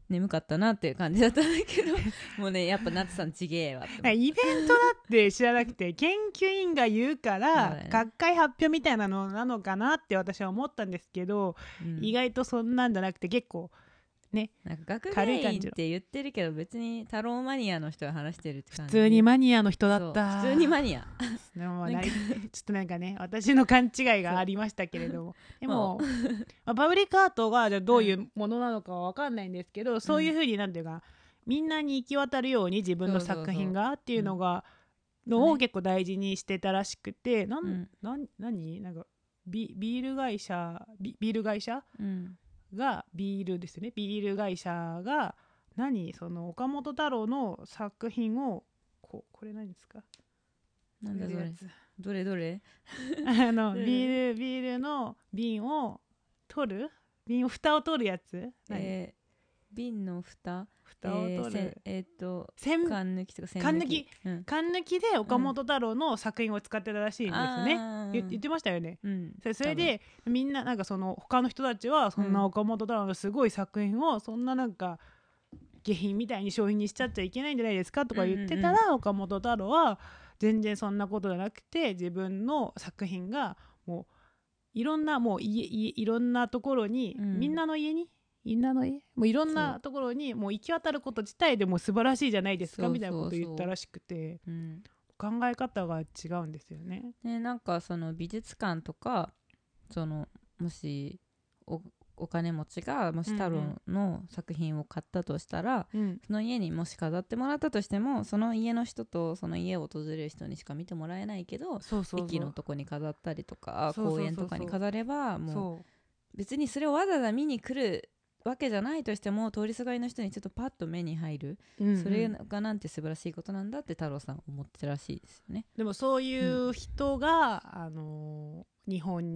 A: 眠かったなっていう感じだったんだけど もうねやっぱ夏さんちげえわって思
B: なんか
A: っ
B: イベントだって知らなくて研究員が言うか
A: そう
B: ら
A: だよね
B: 学会発表みたいなのなのかなって私は思ったんですけど、
A: てうん
B: 意外とそんなんじゃなくて結構
A: なんか学
B: 軽
A: 芸
B: い感
A: 員っ
B: じの
A: て言ってるけど別に太郎マニアの人が話してるって感
B: 普
A: じ
B: 通にマニアの人だ
A: そう
B: った
A: 普通にマニア
B: でもまあ
A: なんか
B: ない ちょっとなんかね私の勘違いがありましたけれどもで も、まあ、パブリックアートがじゃあどういうものなのかは分かんないんですけど、そういうふうになんていうかみんなに行き渡るように自分の作品がっていうのがのを結構大事にしてたらしくて、なん
A: うん
B: なん何なんかビビール会社ビビール会社
A: うん
B: がビールですよねビール会社が何その岡本太郎の作品をこうこれ何ですか
A: なんだそ
B: こういう
A: れ
B: やつ
A: どれどれ
B: あの、
A: うん
B: ビールビールの瓶を取る瓶を蓋を取るやつ、何
A: えー瓶の蓋
B: 蓋を
A: えー
B: 取
A: せん
B: る、
A: えーっと
B: せん
A: 缶抜きとか栓
B: 缶抜き
A: うん
B: 缶抜きで岡本太郎の作品を使ってたらしいんですね、
A: あー
B: 言言ってましたよね
A: うん
B: それそれでみんななんかその他の人たちはそんな岡本太郎のすごい作品をそんななんか下品みたいに商品にしちゃっちゃいけないんじゃないですかとか言ってたら、岡本太郎は全然そんなことじゃなくて自分の作品がもういろんなもう家家いろんなところに、
A: うん
B: みんなの家にみんなの家もういろん
A: そ
B: な
A: う
B: ところにもう行き渡ること自体でもう素晴らしいじゃないです
A: そ
B: か
A: う
B: みたいなこと
A: そうそう
B: 言ったらしくて
A: 多分うん
B: 考え方が違うんですよね。
A: ね、なんかその美術館とかそのもしおお金持ちがもし太郎の作品を買ったとしたら、
B: うん、
A: その家にもし飾ってもらったとしてもその家の人とその家を訪れる人にしか見てもらえないけど
B: そうそうそう
A: 駅のとこに飾ったりとか
B: そうそうそうそう
A: 公園とかに飾ればもう
B: そう
A: 別にそれをわざわざ見に来るわけじゃないとしても通りすがりの人にちょっとパッと目に入る、
B: うんうん
A: それがなんて素晴らしいことなんだって太郎さん思ってたらしいですよね。
B: でもそういう人が、あのー日本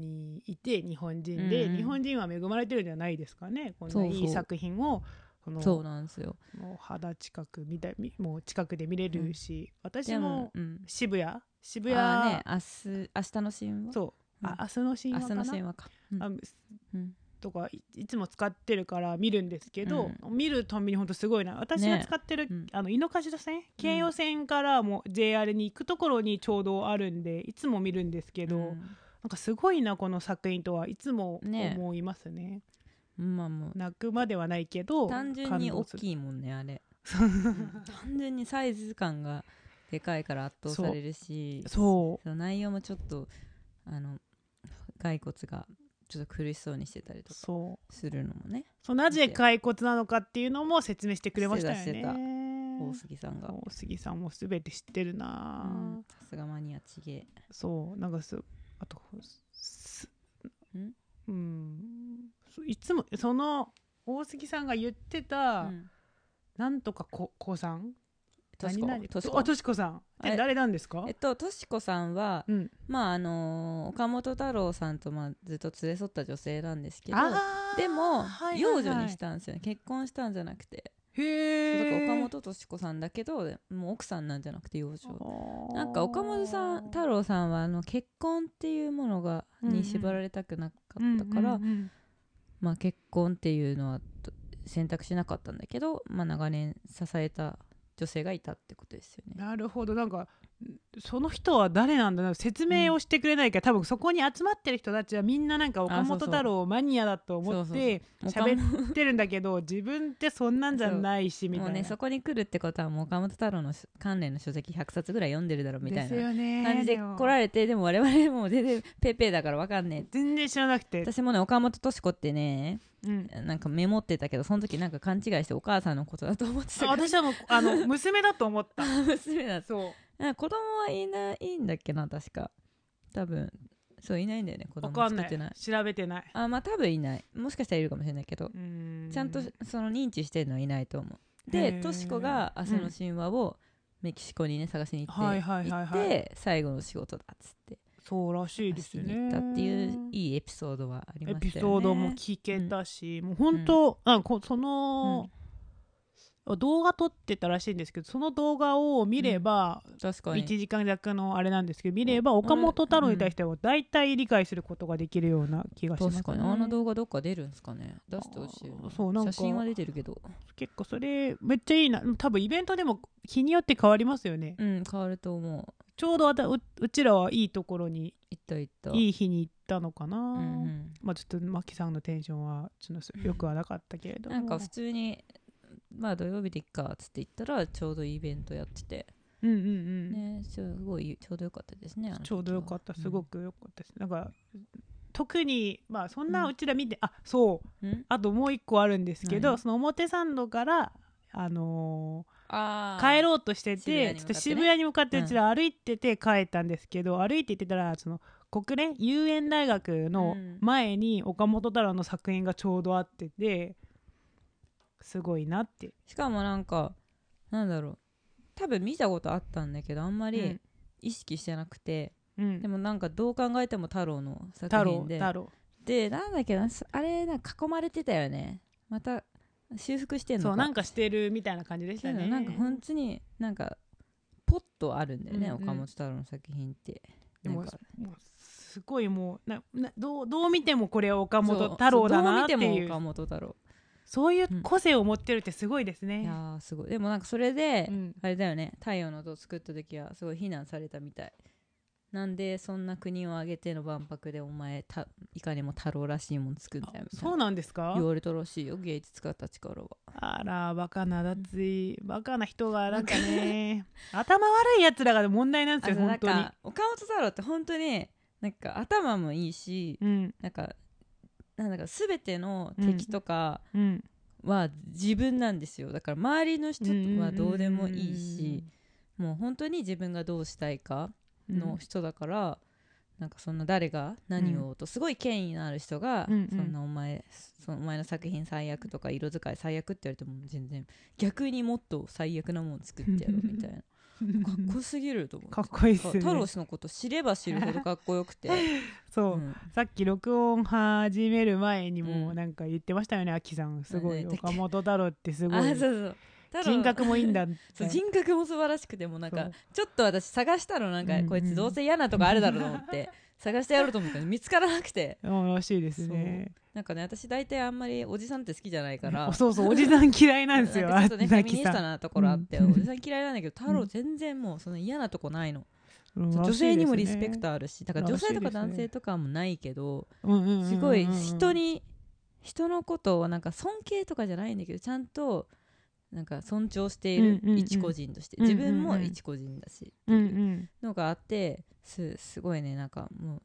B: にいて日本人で、
A: うんうん
B: 日本人は恵まれてるんじゃないですかねこん
A: そう
B: な
A: そう
B: いい作品をこの
A: そうなんですよ
B: もう肌近く見たみもう近くで見れるし、私
A: でも
B: も、
A: うん、
B: 渋谷渋谷
A: あーね、明日明日の神話
B: そう、あ明日の神
A: 明
B: 話か
A: 日
B: な
A: の神話か、うん
B: あ
A: うん
B: とかいいつも使ってるから見るんですけど、見るたんびに本当すごいな私が使ってる、
A: うん
B: あの井の頭線京葉線からもう JR に行くところにちょうどあるんでいつも見るんですけど、なんかすごいなこの作品とはいつも
A: ね
B: 思いますね
A: うんまあもう
B: 泣くまではないけど
A: 単純に大
B: い
A: きいもんねあれ、
B: そう
A: うん単純にサイズ感がでかいから圧倒されるし
B: そ
A: その内容もちょっとあの骸骨がちょっと苦しそうにしてたり
B: う
A: とか
B: そう
A: するのもね
B: そうなぜ骸骨なのかっていうのも説明してくれましたよ
A: してたして
B: ね
A: 大杉さんが
B: 大杉さんも全て知ってるな
A: う
B: ぁ、
A: んさすがマニアちげえ
B: そうなんかすあとす
A: ん
B: うんそいつもその大杉さんが言ってた、
A: うん
B: なんとかこ子さん
A: トシコ
B: 何々
A: トシコ
B: あとしこさん
A: あ
B: え
A: れ
B: 誰なんですか
A: えっと、としこさんは、
B: うん
A: まああのー岡本太郎さんと、まあ、ずっと連れ添った女性なんですけど
B: あー
A: で
B: はい
A: も、
B: はいはい
A: 養女にしたんですよね結婚したんじゃなくてだから
B: へ
A: 岡
B: え
A: 本敏子さんだけどもう奥さんなんじゃなくて養女
B: 本
A: なんか岡本さん太郎さんはあの結婚っていうものが
B: うんう
A: に
B: ん
A: 縛られたくなかったから、
B: うんうんうん
A: まあ、結婚っていうのはと選択しなかったんだけど、まあ、長年支えた女性がいたってことですよね。
B: なるほどなんかその人は誰なんだな説明をしてくれないから、多分そこに集まってる人たちはみんななんか岡
A: あそ
B: 本
A: うそう
B: 太郎をマニアだと思っ
A: そうそう
B: て
A: そう岡
B: 喋ってるんだけど 自分ってそんなんじゃないしみ
A: も
B: た
A: う
B: いな。
A: ねそこに来るってことはもう岡本太郎の関連の書籍100冊ぐらい読んでるだろうみた
B: で
A: い
B: す
A: な
B: よね
A: 感じで来られてでも我々もう全然ペーペーだからわかんねえ
B: 全然知らなくて、
A: 私もね岡本敏子ってね
B: うん、
A: なんかメモってたけどその時なんか勘違いしてお母さんのことだと思ってた
B: あ
A: から
B: 私はもうあ の娘だと思った
A: 娘だ
B: そう
A: なんか子供はいないんだっけな確か多分そういないんだよね子
B: わ
A: 供
B: かん
A: 作
B: な
A: って
B: い
A: ない
B: 調べてない
A: あまあ多分いないもしかしたらいるかもしれないけど
B: うー
A: ちゃんとその認知してるのはいないと思う
B: へ
A: で
B: ー
A: としこが「明日の神話」をメキシコにね探しに行って、
B: はいはいはいはい
A: 行って最後の仕事だっつって
B: そうらしいです
A: 探し
B: よ
A: に
B: ね
A: 行ったっていういいエピソードはありま
B: エ
A: したよね
B: ピソードも聞けたし、もう本当、あこその、動画撮ってたらしいんですけどその動画を見れば、
A: 確か
B: 1
A: に
B: 時間弱のあれなんですけど見れば岡本太郎に対しては大体理解することができるような気がします、ね
A: 確、かにあの動画どっか出るんですかね出してほしいよね
B: あそうなんか
A: 写真は出てるけど
B: 結構それめっちゃいいな多分イベントでも日によって変わりますよね、
A: うん変わると思う
B: ちょうどあたううちらはいいところに
A: 行った行った
B: い
A: い、
B: い日に行ったのかな、
A: うんうん、
B: まあちょっとマキさんのテンションはちょっとよくはなかったけれども
A: なんか普通にまあ土曜日でいっかっつって言ったらちょうどイベントやってて
B: うんうんうん、
A: ねすごいちょうどよかったですねあの時は
B: ちょうどよかったすご
A: く、
B: くよかったです、なんか特にまあそんな
A: うん
B: うちら見て、あそう
A: うん、
B: あともう一個あるんですけど
A: 何
B: その表参道からあの
A: あ
B: ー
A: ー
B: 帰ろうとして
A: 渋
B: て
A: 谷に向
B: ち
A: かってね
B: ょっと渋谷に向かって
A: うん
B: うちら歩いてて帰ったんですけど、歩いて行ってたらその国連遊園大学の
A: うん
B: 前に岡本太郎の作品がちょうどあっててすごいなって、
A: しかもなんかなんだろう多分見たことあったんだけどあんま
B: うん
A: り意識してなくて、
B: うん
A: でもなんかどう考えても太郎の作
B: 太郎
A: 品で
B: 太郎
A: でなんだっけなすあれなんか囲まれてたよねまた修復してんのか
B: そうなんかしてるみたいな感じでした
A: けど
B: ね
A: なんか本当になんかポッとあるんだよね、
B: うんうん
A: 岡本太郎の作品って
B: でも
A: なんか
B: もうすごいもうななどうどう見てもこれは岡本
A: そう
B: 太郎だなって
A: どう
B: い
A: 見て
B: う
A: も岡本太郎
B: そういう
A: うん
B: 個性を持ってるってすごいです
A: いや
B: ね。
A: ーすごいでもなんかそれで、
B: うん
A: あれだよね太陽の塔作った時はすごい非難されたみたいなんでそんな国を挙げての万博でお前たいかにも太郎らしいもん作んだよみたい
B: そう
A: な
B: なんですか
A: 言われたらしいよ芸術家たちからは
B: あらバカなだついバカな人がなんかね頭悪いやつらが問題なんですよ
A: あの
B: 本
A: なん
B: 当に
A: か。岡本太郎って本当になんか頭もいいし
B: うん
A: なんかなんだか全ての敵とか
B: うん、
A: は自分なんですよだから周りの人はどうでもいいしもう本当に自分がどうしたいか
B: うん
A: の人だから、なんかそんな誰が何をとすごい権威のある人が、
B: うんうん
A: そんなお前そのお前の作品最悪とか色使い最悪って言われても全然逆にもっと最悪なもの作ってやろうみたい なかっこよすぎると思う
B: かっこいいっすね
A: 太郎氏のこと知れば知るほどかっこよくて、
B: そう、
A: うん
B: さっき録音始める前にも
A: うん
B: なんか言ってましたよね、アキさんすごい
A: なんだっけ
B: 岡本太郎ってすご
A: あそう
B: い
A: そう太郎
B: 人格もいいんだって
A: そう人格も素晴らしくてもうなん
B: そ
A: か
B: う
A: ちょっと私探したのなんか、
B: うんうん
A: こいつどうせ嫌なとこあるだろうと思って探してやろうと思ったけど見つからなくて
B: うんらしいですね。
A: なんかね私大体あんまりおじさんって好きじゃないか ら
B: おそうそうおじさん嫌いなんですよ。
A: なんかちょっとね、フェミニス
B: さ
A: ト
B: ん
A: なところあって、
B: うん
A: おじさん嫌いなんだけど、太
B: う
A: 郎
B: ん
A: 全然もうその嫌なとこないの。
B: うん
A: 女性にもリスペク
B: らし
A: トあるし、だから女性とか男性とかもないけど、
B: いですねうんうんうんうん
A: すごい人に、人のことをなんか尊敬とかじゃないんだけど、ちゃんと、なんか尊重している
B: うんうんうん
A: 一個人として、
B: うんうんうん
A: 自分も一個人だしって
B: うんう
A: いうんのがあって、すすごいね、なんかもう、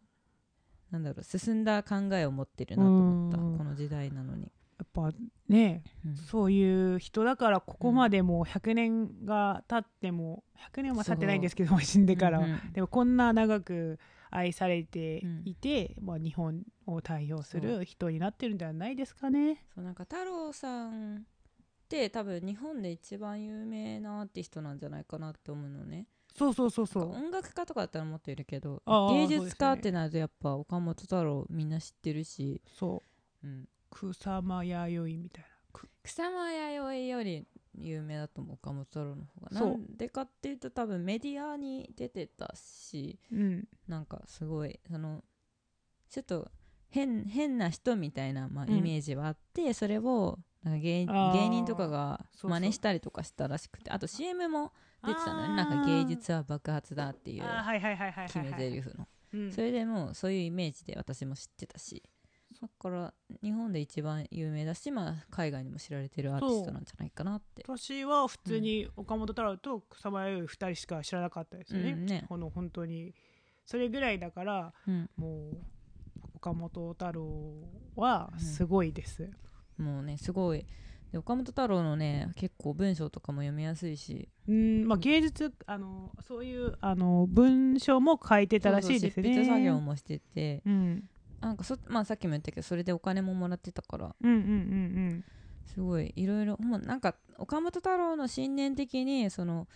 A: なんだろう、進んだ考えを持ってるなと思った、
B: うん
A: この時代なのに。
B: やっぱね
A: うん
B: そういう人だからここまでもう100年が経っても100年は経ってないんですけど死んでからは、
A: うんうん
B: でもこんな長く愛されて
A: うん
B: いて、まあ、日本を代表する人になってるんじゃないですかね。
A: そうなんか太郎さんって多分日本で一番有名なアーティストなんじゃないかなって思うのね
B: そうそうそうそう。
A: 音楽家とかだったらもっといるけど
B: ああ
A: 芸
B: そうで
A: 術
B: すよ
A: 家
B: ね
A: ってなるとやっぱ岡本太郎みんな知ってるし、
B: そう
A: うん、
B: 草間弥生みたいな。く
A: 草間彌生より有名だと思う岡本太郎の方がな
B: そうん
A: でかっていうと多分メディアに出てたし
B: うん
A: なんかすごいそのちょっと変変な人みたいな、まあ、
B: うん
A: イメージはあって、それをなんか芸
B: あー
A: 芸人とかが
B: そうそう
A: 真似したりとかしたらしくてあと CM も出てたのねなんか芸術は爆発だっていう
B: あーはいはいはいはい
A: 決
B: はい
A: め
B: はい
A: 台詞の
B: うん
A: それでもうそういうイメージで私も知ってたしだから日本で一番有名だし、まあ、海外にも知られてるアーティストなんじゃないかなって
B: 私は普通に岡本太郎と草間彌生二人しか知らなかったですよね,、
A: うんね
B: この本当にそれぐらいだから
A: うん、
B: もう岡本太郎はすごいです、
A: もうねすごいで岡本太郎のね結構文章とかも読みやすいし
B: うんまあ、芸術あのそういうあの文章も書いてたらしいですね。
A: そうそう執筆作業もしてて
B: うん、
A: なんかそ、まあ、さっきも言ったけどそれでお金ももらってたから
B: うんうんうん
A: すごいいろいろもうなんか岡本太郎の信念的にその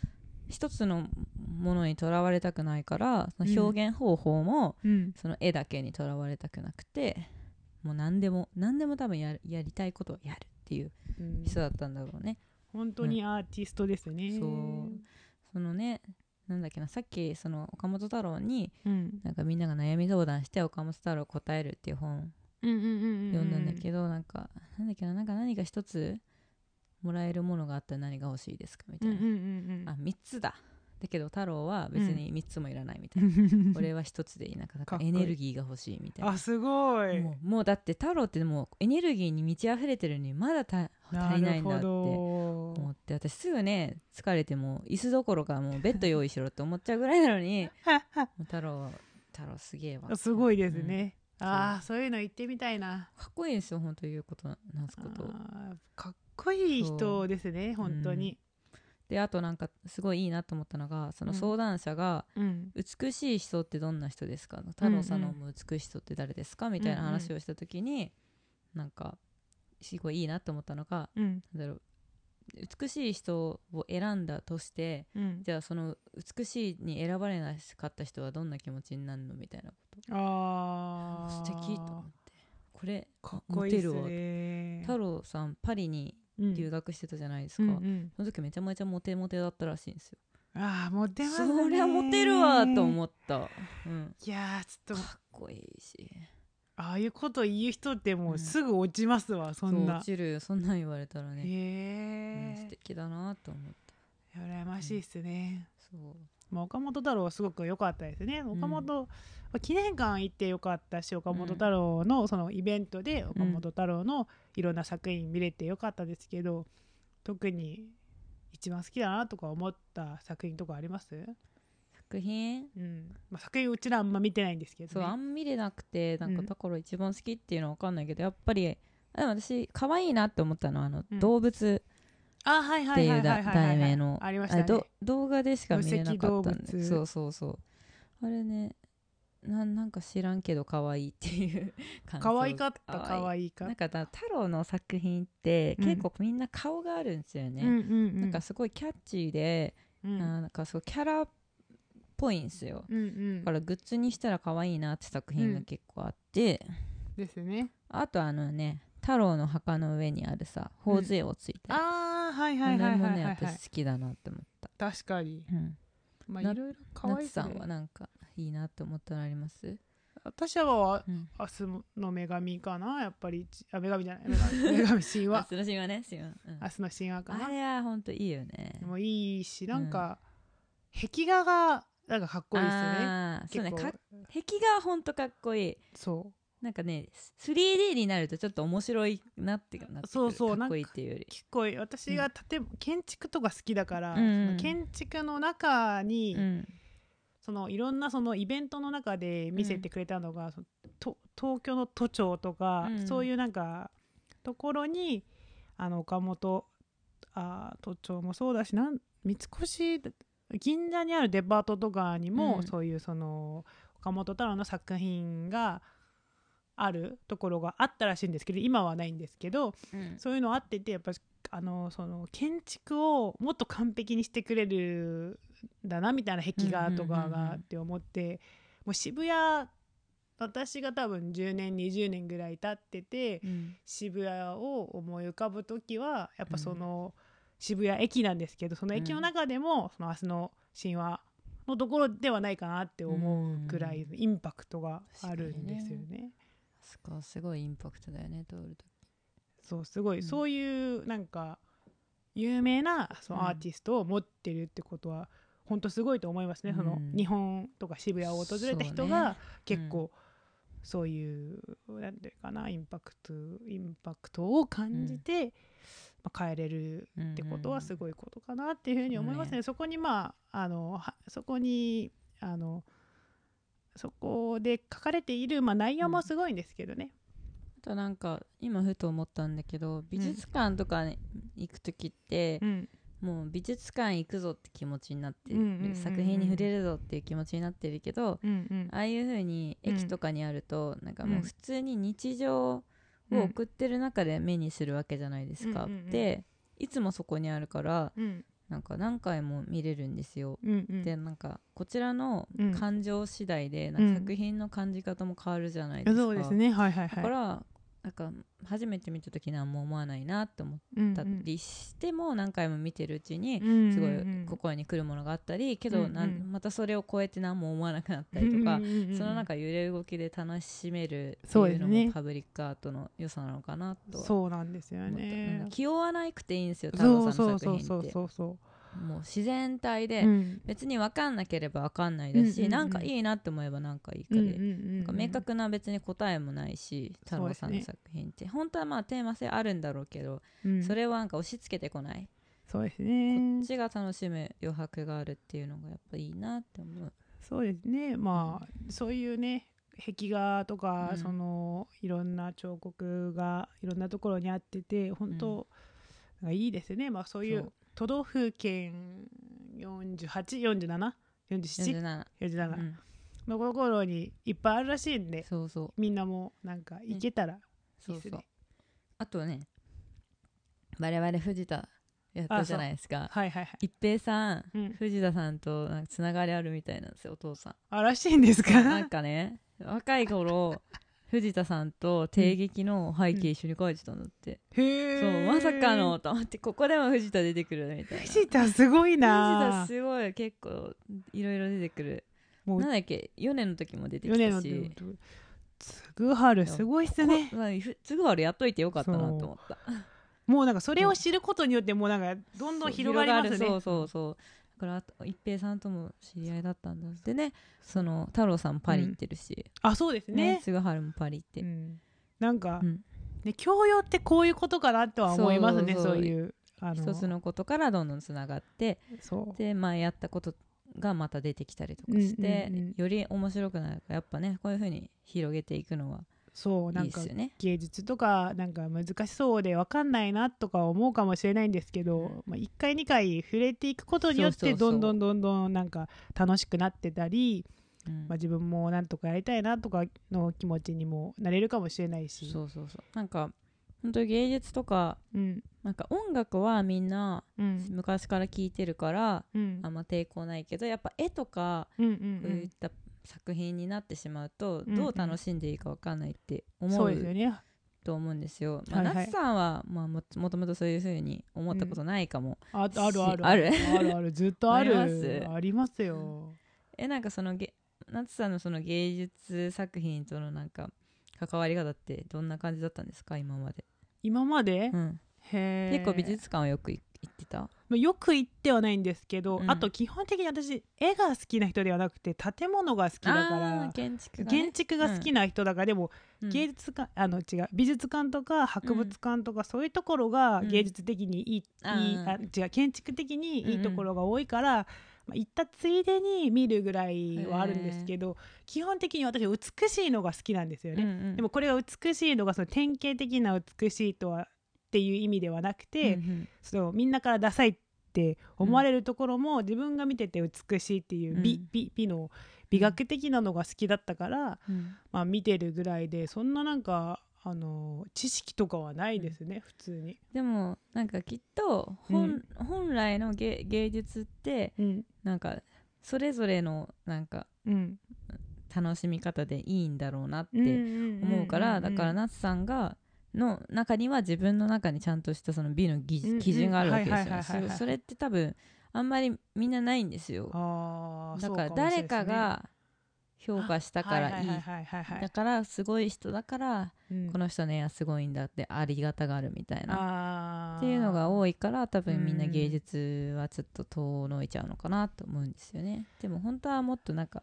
A: 一つのものにとらわれたくないからその表現方法も、
B: うんうん
A: その絵だけにとらわれたくなくてもう何でも何でも多分やるやりたいことをやるっていう
B: うん
A: 人だったんだろうね。
B: 本当にアーティストですね。
A: そうそのねなんだっけなさっきその岡本太郎に
B: うん
A: なんかみんなが悩み相談して岡本太郎答えるっていう本
B: うんうんうんう
A: 読んだんだけど、なんかなんだっけななんか何か一つもらえるものがあったら何が欲しいですかみた
B: う
A: い
B: ん
A: な、
B: うんうん
A: あ3つだだけど太郎は別に3つもいらないみたいな、
B: うん。
A: 俺は1つでいいなんかなん
B: か
A: か
B: っこいい
A: エネルギーが欲しいみたいな
B: あすごい。
A: もうもうだって太郎ってもうエネルギーに満ち溢れてるのにまだた足りないんだって思
B: ほど。
A: って私すぐね疲れてもう椅子どころかもうベッド用意しろって思っちゃうぐらいなの にもう太郎太郎すげえわか
B: すごいですね。ああそういうの言ってみたいな。
A: っこいいですよ本当言うことなすこと
B: あーかっこいい人ですね本当に。
A: であとなんかすごいいいなと思ったのがその
B: うん
A: 相談者が、
B: うん
A: 美しい人ってどんな人ですか太郎さんの思う美しい人って誰ですかみたいな話をした時に、なんかすごいいいなと思ったのが
B: うん
A: なんだろう美しい人を選んだとして
B: うん。
A: じゃあその美しいに選ばれなかった人はどんな気持ちになるのみたいなこと
B: ああ
A: 素敵と思ってこれ
B: かっこいいですね。
A: 太郎さんパリに
B: うん
A: 留学してたじゃないですか、
B: うんうん
A: その時めちゃめちゃモテモテだったらしいんですよ
B: ああモテますね
A: そりゃモテるわと
B: う
A: 思った、うん、
B: いやーちょっと
A: かっこいいし
B: ああいうこと言う人ってもうすぐ落ちますわ、そん
A: そう
B: な
A: 落ちるよそんなん言われたら
B: へ
A: ね、うん素
B: え、
A: 敵だなと思った
B: 羨ましいですね、
A: そう
B: まあ、岡本太郎はすごく良かったですね岡本、記念館行って良かったし岡本太郎のそのイベントで岡本太郎のいろんな作品見れて良かったですけど、特に一番好きだなとか思った作品とかあります、
A: 作品
B: うんまあ、作品うちらあんま見てないんですけど、ね、
A: そうあんま見れなくてなん
B: う
A: か
B: ん
A: だから一番好きっていうのは分かんないけど、やっぱりでも私可愛いなって思ったのはあの、
B: うん
A: 動物
B: あはい
A: っ
B: は
A: て
B: いはいいうはい
A: だ
B: はいは
A: 題
B: い
A: 名の
B: ありましたね
A: れど動画でしか見れなかったん
B: 無脊動
A: で
B: 物
A: そうそうそうあれねなんなんか知らんけど可愛いっていう感想
B: 可愛かった可愛いか
A: な
B: っ
A: んかだ太郎の作品って
B: うん
A: 結構みんな顔があるんですよ
B: た
A: ね、
B: うんうんうん
A: なんかすごいキャッチーで、
B: うん
A: あーなんかそうキャラっぽいんですよ、
B: うん
A: だ
B: う
A: か
B: ん
A: らグッズにしたら可愛いなって作品が結構あって、
B: ですね
A: あとあのね太郎の墓の上にあるさ頬杖をついたり、
B: ああはい
A: あ
B: はい
A: れ
B: はい
A: も
B: はい
A: ね
B: はいはい
A: 私好きだなって思った、
B: 確かに
A: うん、
B: まあい
A: な
B: ろいろ可愛い
A: 夏
B: です
A: さ
B: ね
A: んはなんかいいなって思ったのあります、
B: 私は
A: うん、
B: 明日の女神かなやっぱりあ女神じゃない女神女神神 話
A: 夏の神話ね神話、うん
B: 明日の神話か
A: あ
B: な
A: れはほんといいよね
B: もういいしなんか壁画がなんかかっこいいですよね
A: あーそうね
B: 結
A: か
B: 構
A: 壁画はほんとかっこいい
B: そう
A: なんかね 3D になるとちょっと面白いなってなってくる
B: そうそう
A: かっこいいっていうより
B: 結構私が建物建築とか好きだから、
A: うん
B: その建築の中に、
A: うん
B: そのいろんなそのイベントの中で見せてくれたのが、そのと東京の都庁とか、
A: うん
B: そういうなんかところにあの岡本あー都庁もそうだしなん三越銀座にあるデパートとかにも、
A: うん
B: そういうその岡本太郎の作品があるところがあったらしいんですけど今はないんですけど
A: うん
B: そういうのあっててやっぱあのその建築をもっと完璧にしてくれるんだなみたいな壁画とか
A: うんうんうんうん
B: がって思ってもう渋谷私が多分10年20年ぐらい経ってて
A: うん
B: 渋谷を思い浮かぶ時はやっぱその、渋谷駅なんですけどその駅の中でも、その明日の神話のところではないかなって思うぐらいインパクトがあるんですよね。
A: そこはすごいインパクトだよね通ると
B: そうすごい、
A: うん
B: そういうなんか有名なその
A: うん
B: アーティストを持ってるってことは本当すごいと思いますね、その
A: うん
B: 日本とか渋谷を訪れた人が結構そういうなんていうかなインパクトインパクトを感じて、まあ、変えれるってことはす
A: い、
B: ごいことかなっていうふうに思いますね。そこにまああのはそこにあのそこで書かれている、まあ、内容もすごいんですけどね。
A: あとなんか今ふと思ったんだけど美術館とか、ね行く時って、
B: うん
A: もう美術館行くぞって気持ちになってる、
B: うんうんうんうん
A: 作品に触れるぞっていう気持ちになってるけど、
B: うんうん
A: ああいう風に駅とかにあると、なんかもう普通に日常を
B: うん
A: 送ってる中で目にするわけじゃないですか、
B: うんうんうん
A: でいつもそこにあるから
B: うん
A: なんか何回も見れるんですよ、
B: うんうん
A: でなんかこちらの
B: うん
A: 感情次第で、
B: ん
A: なんか作品の感じ方も変わるじゃないですか、
B: そうですねはいはい
A: だ
B: はい
A: から、なんか初めて見た時何も思わないなって思ったりしても、何回も見てるうちに、すごい心に来るものがあったりけ
B: うん
A: ど
B: うん
A: なんまたそれを超えて何も思わなくなったりとかその
B: 中
A: 中揺れ動きで楽しめるって
B: そうで
A: いう
B: す
A: の
B: ね
A: もパブリックアートの良さなのかなとは
B: そうなんですよ
A: 思ったなん
B: ね
A: か。気負わなくていいんですよ太
B: そ
A: 郎
B: う
A: さん
B: そ
A: の
B: うそ
A: 作
B: うそ
A: 品っ
B: う
A: て
B: そうそ
A: もう自然体
B: う。
A: で
B: うん
A: 別に分かんなければ分かんないです
B: うん
A: し
B: うんうん
A: なんかいいなって思えばなんかいいか
B: うん
A: で
B: うん
A: なんか
B: うん
A: 明確な別に答えもないし太郎さんの作品って本当はまあテーマ性あるんだろうけど
B: うん
A: それはなんか押し付けてこない
B: そうです
A: こ
B: ね
A: っ。ちが楽しむ余白があるっていうのがやっぱいいなって思う。
B: そうですねまあそういうね壁画とか、
A: うん
B: そのいろんな彫刻がいろんなところにあってて本当、なんかいいですねまあそうい
A: そう
B: 都道府県484747
A: 47、う
B: 47
A: ん、
B: のところにいっぱいあるらしいんで
A: そうそう
B: みんなもなんか行けたら、
A: そ
B: いういっ
A: そ
B: す
A: う
B: ね
A: あとね我々藤田やったじゃないですか
B: はいはいはい
A: 一平さん、
B: うん
A: 藤田さんとなんかつながりあるみたいなんですよお父さん
B: あらしいんです か
A: なんかね若い頃藤田さんと帝劇の背景一緒に書いてたんだって、
B: へ
A: そう
B: え
A: まさかのと思ってここでも藤田出てくるみたいな
B: 藤田すごい
A: 藤田
B: な
A: すごい結構いろいろ出てくる
B: もう
A: なんだっけ4年の時も出てき
B: 米野
A: た
B: って
A: し
B: つぐはるすごいっすね
A: こまあふつぐはるやっといてよかったなと思った
B: もうなんかそれを知ることによってもうなんかどんどん広がりますね。
A: そうそうそうだからあと一平さんとも知り合いだったんだでねその太郎さんもパリ行ってるし、
B: あそうです
A: ね
B: ね。
A: 菅原もパリ行って、
B: うんなんか、
A: うん
B: ね教養ってこういうことかなとは思いますねそ
A: そううそう
B: いうあ
A: 一つのことからどんどんつながって
B: そう
A: で前やったことがまた出てきたりとかして、
B: うんうんうん
A: より面白くなるからやっぱねこういうふうに広げていくのは
B: そうない
A: い
B: ん
A: で
B: か
A: すよね。
B: 芸術とかなんか難しそうで分かんないなとか思うかもしれないんですけど、まあ、1回2回触れていくことによっ
A: そ
B: て
A: うそうそ
B: ど
A: うん
B: どんどんどんなんか楽しくなってたり、
A: うん
B: まあ、自分もなんとかやりたいなとかの気持ちにもなれるかもしれないし。
A: そうそうそうなんか本当に芸術とか
B: うん
A: なんか音楽はみんな
B: うん
A: 昔から聴いてるから
B: うん
A: あんま抵抗ないけどやっぱ絵とか
B: うんうん
A: こ
B: う
A: ういっ
B: ん
A: た作品になってしまうと、
B: うん
A: どう楽しんでいいか分かんないって思
B: そううですよね
A: と思うんですよ。ま
B: は
A: あ、
B: いはい
A: ナツさんは、まあ、ももともとそういうふうに思ったことないかも。
B: ああるある
A: ある
B: あるあるずっとある
A: あります
B: ありますよ
A: えなんかそのげナツさんのその芸術作品とのなんか関わり方ってどんな感じだったんですか今まで、
B: 今まで、
A: うん、
B: へー
A: 結構美術館はよくい行ってた
B: まあよく行ってはないんですけど、
A: うん
B: あと基本的に私絵が好きな人ではなくて建物が好きだ
A: あー
B: か
A: 建築
B: ら、
A: が、ね、
B: 建築が好きな人だから、でも
A: うん
B: 芸術館、あの違う美術館とか博物館とかそういうところが
A: うん
B: 芸術的にいい,、
A: あー
B: いいあ違う建築的にいいところが多いから、まあ、行ったついでに見るぐらいはあるんですけど基本的に私美しいのが好きなんですよね。
A: うんうん
B: でもこれが美しいのがその典型的な美しいとはっていう意味ではなくて、
A: うんうん
B: そのみんなからダサいって思われるところも、自分が見てて美しいっていう美,、
A: うん
B: 美美の美学的なのが好きだったから、
A: うん
B: まあ、見てるぐらいでそんななんかあの知識とかはないですね、普通に。
A: でもなんかきっと本,、本来の芸芸術って
B: うん
A: なんかそれぞれのなんか
B: うん
A: 楽しみ方でいいんだろうなっ
B: うん
A: て
B: ん
A: 思うから、だから
B: っ
A: 夏さんがの中には自分の中にちゃんとしたその美の技
B: うんうん
A: 基準があるわけですよ
B: はいはいはいはい
A: ねそそれって多分あんまりみんなないんですよ
B: あー
A: だ
B: そう
A: から
B: もしれない
A: 誰
B: ですね
A: かが評価したからいい
B: はいはいはいはいはい
A: だからすごい人だから
B: うん
A: この人の絵はすごいんだってありがたがあるみたい
B: あ
A: な
B: ー
A: っていうのが多いから多分みんな
B: うん
A: 芸術はちょっと遠のいちゃうのかなと思うんですよねでも本当はもっとなんか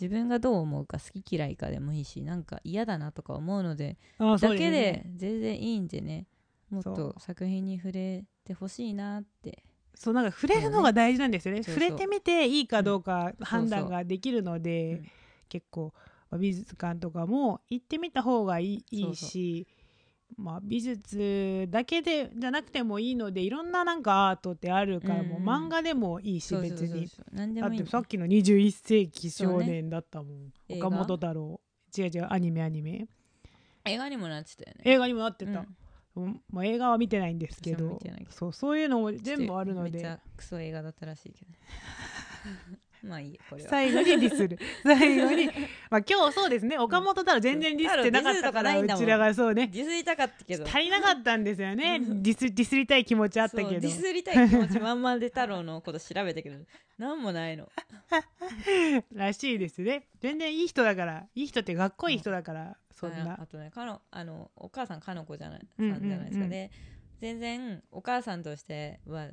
A: 自分がどう思うか好き嫌いかでもいいしなんか嫌だなとか思うので
B: あーそう
A: だ
B: だ
A: け
B: よね
A: で全然いいんでねもっ
B: そう
A: と作品に触れてほしいなって
B: そうなんか触れるのが大事なんですよね
A: そう
B: 触れてみていいかどうか
A: ん
B: 判断ができるので、
A: そうそう
B: 結構まあ美術館とかも行ってみた方がいい
A: そうそう
B: いいし、まあ、美術だけでじゃなくてもいいのでいろんななんかアートってあるから、
A: うんうん
B: もう漫画でもいいし
A: そうそう
B: 別
A: そう
B: に
A: そう何で
B: だっ
A: もいい
B: て
A: んだ
B: さ
A: よ
B: っきの21世紀
A: そ
B: 少
A: うね
B: 年だったもん、
A: 映画
B: 岡本太郎違う違うアニメアニメ
A: 映画にもなってたよね
B: 映画にもなってた
A: うん、
B: うんまあ、映画は見てないんですけ
A: 私も
B: ど
A: 見てないけど
B: そうそういうのも全部あるの
A: めっち
B: で
A: ゃクソ映画だったらしい けどねまあいいよこれは
B: 最後にディスる最後にまあ今日そうですね岡本太郎全然ディスってなかったから
A: そ
B: う
A: うディスるとかないんだもん
B: ちらがそうね
A: ディスりたかったけど
B: 足りなかったんですよね
A: うん
B: ディスディスりたい気持ちあったけ
A: そうデ
B: ど
A: ィスりたい気持ちまんまで太郎のこと調べたけど 何もないの
B: らしいですね全然いい人だからいい人ってかっこいい人だから そん
A: あ
B: な
A: あとねかのあのお母さんかの子じゃない
B: うんうんうん
A: さんじゃないですかね、全然お母さんとしては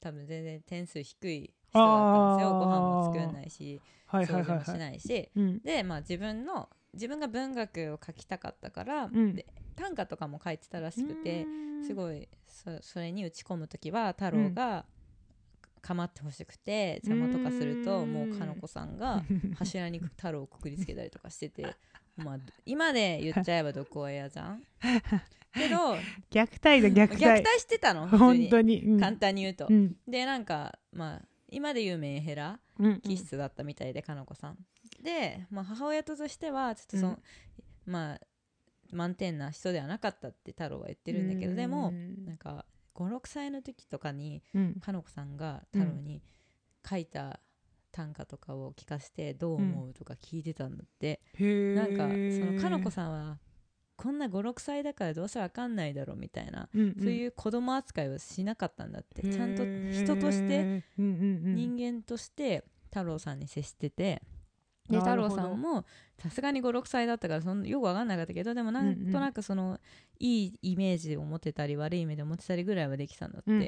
A: 多分全然点数低い人だったんですよ
B: あー
A: ご飯も作んないし
B: はいはい
A: 掃除
B: はい
A: もし
B: はい
A: ないし
B: うん
A: でまあ自分の自分が文学を書きたかったから、
B: ん
A: で短歌とかも書いてたらしくて、す
B: い
A: ごいそそれに打ち込む時は太郎が構ってほしくて邪魔とかすると
B: うん
A: もうかの子さん が柱に太郎をくくりつけたりとかしててまあ今で言っちゃえば毒親じゃんけど
B: 虐待だ虐待
A: 虐待してたの普通
B: 本
A: に
B: 当にうん
A: 簡単に言うと
B: う、ん
A: でなんかまあ今で言うメンヘラ
B: うんうん
A: 気質だったみたいで、かのこさんで、まあ、母親としてはちょっとその、まあ満点な人ではなかったって太郎は言ってるんだけど、で
B: う
A: も
B: ん
A: なんか56歳の時とかに
B: うん
A: かのこさんが太郎に書いた短歌とかを聞かせてどう思うとか聞いてたんだって、
B: へー
A: なんかそのかのこさんはこんな56歳だからどうせわかんないだろうみたいな、
B: うんうん
A: そういう子供扱いはしなかったんだって、
B: へー
A: ちゃんと人として
B: うんうんうん
A: 人間として太郎さんに接してて、で
B: な
A: 太
B: るほど
A: 郎さんもさすがに56歳だったからそんよく分かんなかったけどでもなんとなくその、いいイメージを持てたり悪いイメージを持てたりぐらいはできたんだって、
B: うんうん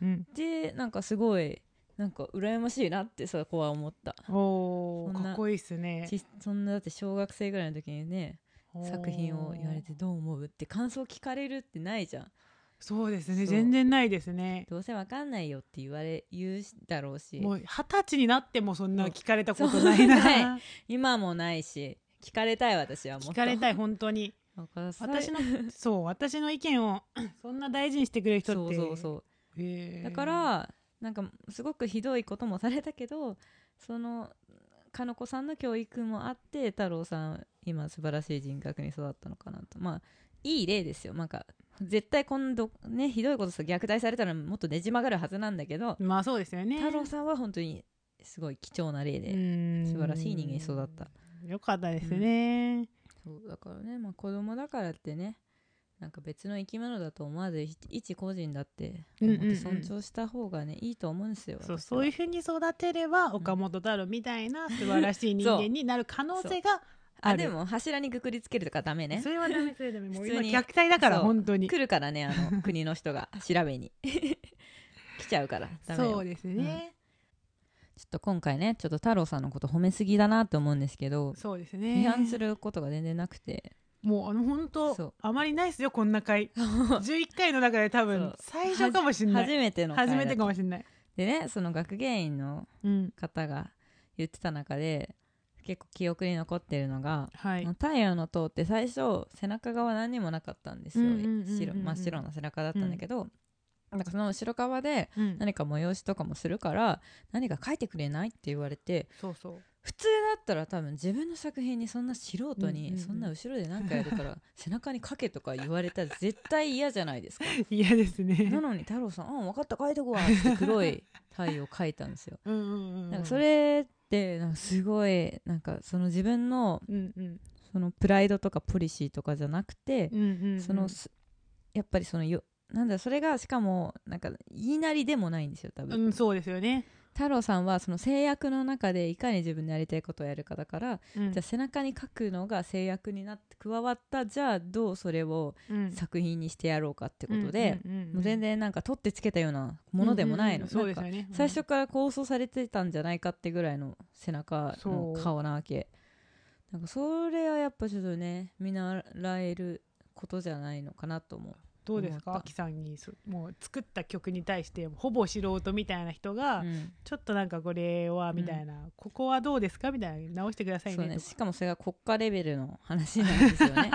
B: うん
A: でなんかすごいなんか羨ましいなってそこは思った、
B: うんおー
A: そんな
B: かっこいいっすね
A: ちそんなだって小学生ぐらいの時にね
B: おー
A: 作品を言われてどう思うって感想聞かれるってないじゃん
B: そうですね
A: そう
B: 全然ないですね
A: どうせ分かんないよって言われ言うだろうし
B: もう二十歳になってもそんな
A: そう
B: 聞かれたことない
A: そう な
B: な
A: 今もないし聞かれたい私はもっと
B: 聞かれたい本当に
A: なんかそれ
B: 私のそう私の意見を そんな大事にしてくれる人
A: そ
B: っ
A: う
B: て
A: そうそう
B: へー
A: だからなんかすごくひどいこともされたけどそのかの子さんの教育もあって太郎さん今素晴らしい人格に育ったのかなとまあいい例ですよなんか絶対今度ねひどいことさ虐待されたらもっとねじ曲がるはずなんだけど
B: まあそうですよね
A: 太郎さんは本当にすごい貴重な例
B: う
A: で
B: ーん
A: 素晴らしい人間に育った
B: よかったですね、
A: そうだからね、まあ、子供だからってねなんか別の生き物だと思わず一一個人だって思っ
B: うんうんう
A: て
B: ん
A: 尊重した方がねいいと思うんですよ
B: そう
A: 私は
B: そういうふうに育てれば岡本太郎みたいな素晴らしい人間になる可能性があ
A: あ
B: る
A: でも柱にくくりつけるとかダメね
B: それはダメそれはダメもう
A: 普
B: 今
A: 通に
B: 虐待だから
A: そう
B: 本当に
A: 来るからねあ の国の人が調べに 来ちゃうからダメよ
B: そうですね、
A: ちょっと今回ねちょっと太郎さんのこと褒めすぎだなと思うんですけど
B: そうです
A: 批
B: ね
A: 判することが全然なく て
B: もうあの本
A: そ
B: 当
A: う
B: あまりないですよこんな回11回の中で多
A: そ
B: 分
A: う
B: 最初かもしんない
A: 初めての回だ
B: 初
A: った
B: めてかもしんない、
A: でねその学芸員の
B: うん、
A: 方が言ってた中で結構記憶に残ってるのが
B: はい
A: あの太陽の塔って最初背中側何にもなかったんですよ
B: うんうんうんうんうん
A: 白真っ白な背中だったんだけど、なんかその後ろ側で
B: うん
A: 何か催しとかもするから何か書いてくれないって言われて
B: そうそう
A: 普通だったら多分自分の作品にそんな素人
B: うんうんう
A: に
B: ん
A: そんな後ろで何かやる から背中に書けとか言われたら絶対 嫌じゃないで すか
B: 嫌ですね
A: なのに太郎さん「うん分かった書いてこわ」って黒い太陽を書いたんですよ
B: うんうんうん
A: なんかそれってなんかすごいなんかその自分の
B: うんうん
A: そのプライドとかポリシーとかじゃなくて
B: うんうんうん
A: そのすやっぱりそのよなんだそれがしかもなんか言いなりでもないんですよ多
B: う
A: 分、
B: んそうですよね
A: 太郎さんはその制約の中でいかに自分のやりたいことをやるかだから、
B: うん
A: じゃあ背中に書くのが制約になって加わったじゃあどうそれを
B: うん
A: 作品にしてやろうかってことで、
B: うんうんうん
A: もう全然なんか取ってつけたようなものでもない
B: う
A: の、
B: んうんそうです
A: な
B: よ
A: ん
B: ね
A: か最初から構想されてたんじゃないかってぐらいの背中の顔なわけなんかそれはやっぱちょっとね見習えることじゃないのかなと思う、
B: どうですか
A: 思
B: あ
A: った
B: きさんにそもう作った曲に対してほぼ素人みたいな人が、
A: うん
B: ちょっとなんかこれはみたいな、ここはどうですかみたいな直してください
A: そう
B: ね
A: ね、
B: とか
A: しかもそれが国家レベルの話なんですよ ね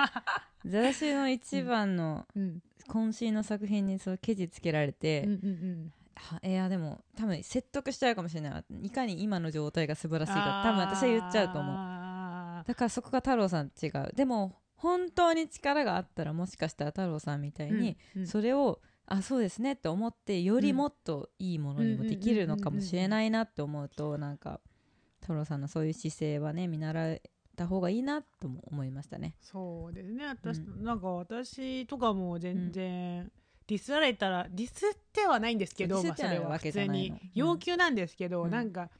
A: 私の一番の
B: うん
A: 渾身の作品にそのケチつけられて、
B: うんうん
A: はいやでも多分説得しちゃうかもしれないいかに今の状態が素晴らしいか多分私は言っちゃうと思う
B: 思
A: だからそこが太郎さん違うでも本当に力があったらもしかしたら太郎さんみたいに、それをあそうですねって思ってよりもっといいものにもできるのかもしれないなって思うとなんか太郎さんのそういう姿勢はね見習えた方がいいなとも思いましたね。
B: そうですね私、
A: う
B: なんか私とかも全然、ディスられたらディスってはないんですけど
A: デ
B: ま
A: ィス
B: あ
A: っ
B: そ
A: ては
B: れ
A: ない
B: は
A: わ
B: 普
A: け
B: 通
A: じゃない
B: に
A: の
B: 要求なんですけど、
A: うん
B: なんか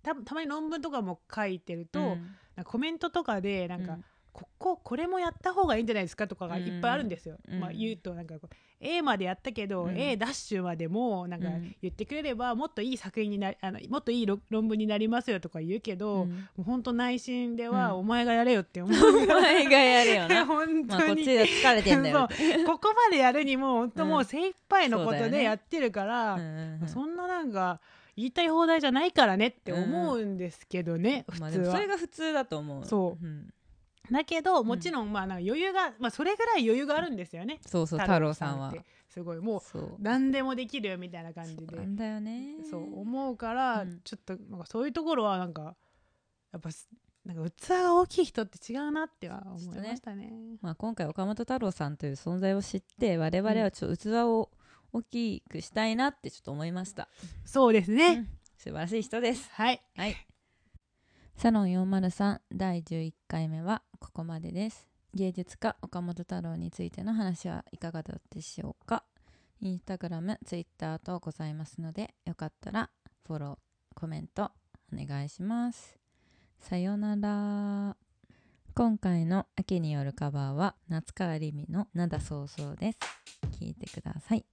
B: たたまに論文とかも書いてると、
A: うん
B: なんかコメントとかでなんか、こここれもやった方がいいんじゃないですかとかがいっぱいあるんですよ。
A: うん
B: まあ、
A: うん
B: 言うとなんかこう A までやったけど、
A: うん
B: A ダッシュまでもなんか
A: うん
B: 言ってくれればもっといい作品になりあのもっといいろ論文になりますよとか言うけ
A: うん
B: ど、もう本当内心では
A: うん
B: お前がやれよって思う、
A: お前がやるよな。
B: 本
A: まあこ
B: 当
A: っち
B: に。
A: が疲れてんだよ。
B: そうここまでやるにも本当もう精一杯のこ
A: そうだ
B: と
A: よね
B: でやってるか
A: う
B: ら、
A: んうんうん
B: そんななんか言いたい放題じゃないからねって思うんですけどね、
A: まあ
B: 普通
A: でも
B: は
A: それ。が普通だと思う。
B: そ
A: うん
B: だけどもちろんまあなんか余裕が、まあ、それぐらい余裕があるんですよね
A: そうそう太郎さんは
B: って。すごいもう
A: そう
B: 何でもできるみたいな感じで
A: なんだよね。
B: そう思うから、
A: うん
B: ちょっとなんかそういうところはなんかやっぱすなんか器が大きい人って違うなっては思いましたね。
A: まあ、今回岡本太郎さんという存在を知って我々はちょっと器を大きくしたいなってちょっと思いました、
B: そうですね、
A: うん素晴らしい人です
B: はい
A: はいサロン403第11回目はここまでです芸術家岡本太郎についての話はいかがだったでしょうかインスタグラムツイッターとございますのでよかったらフォローコメントお願いしますさよなら今回の秋によるカバーは夏川りみの「なだそうそう」です聞いてください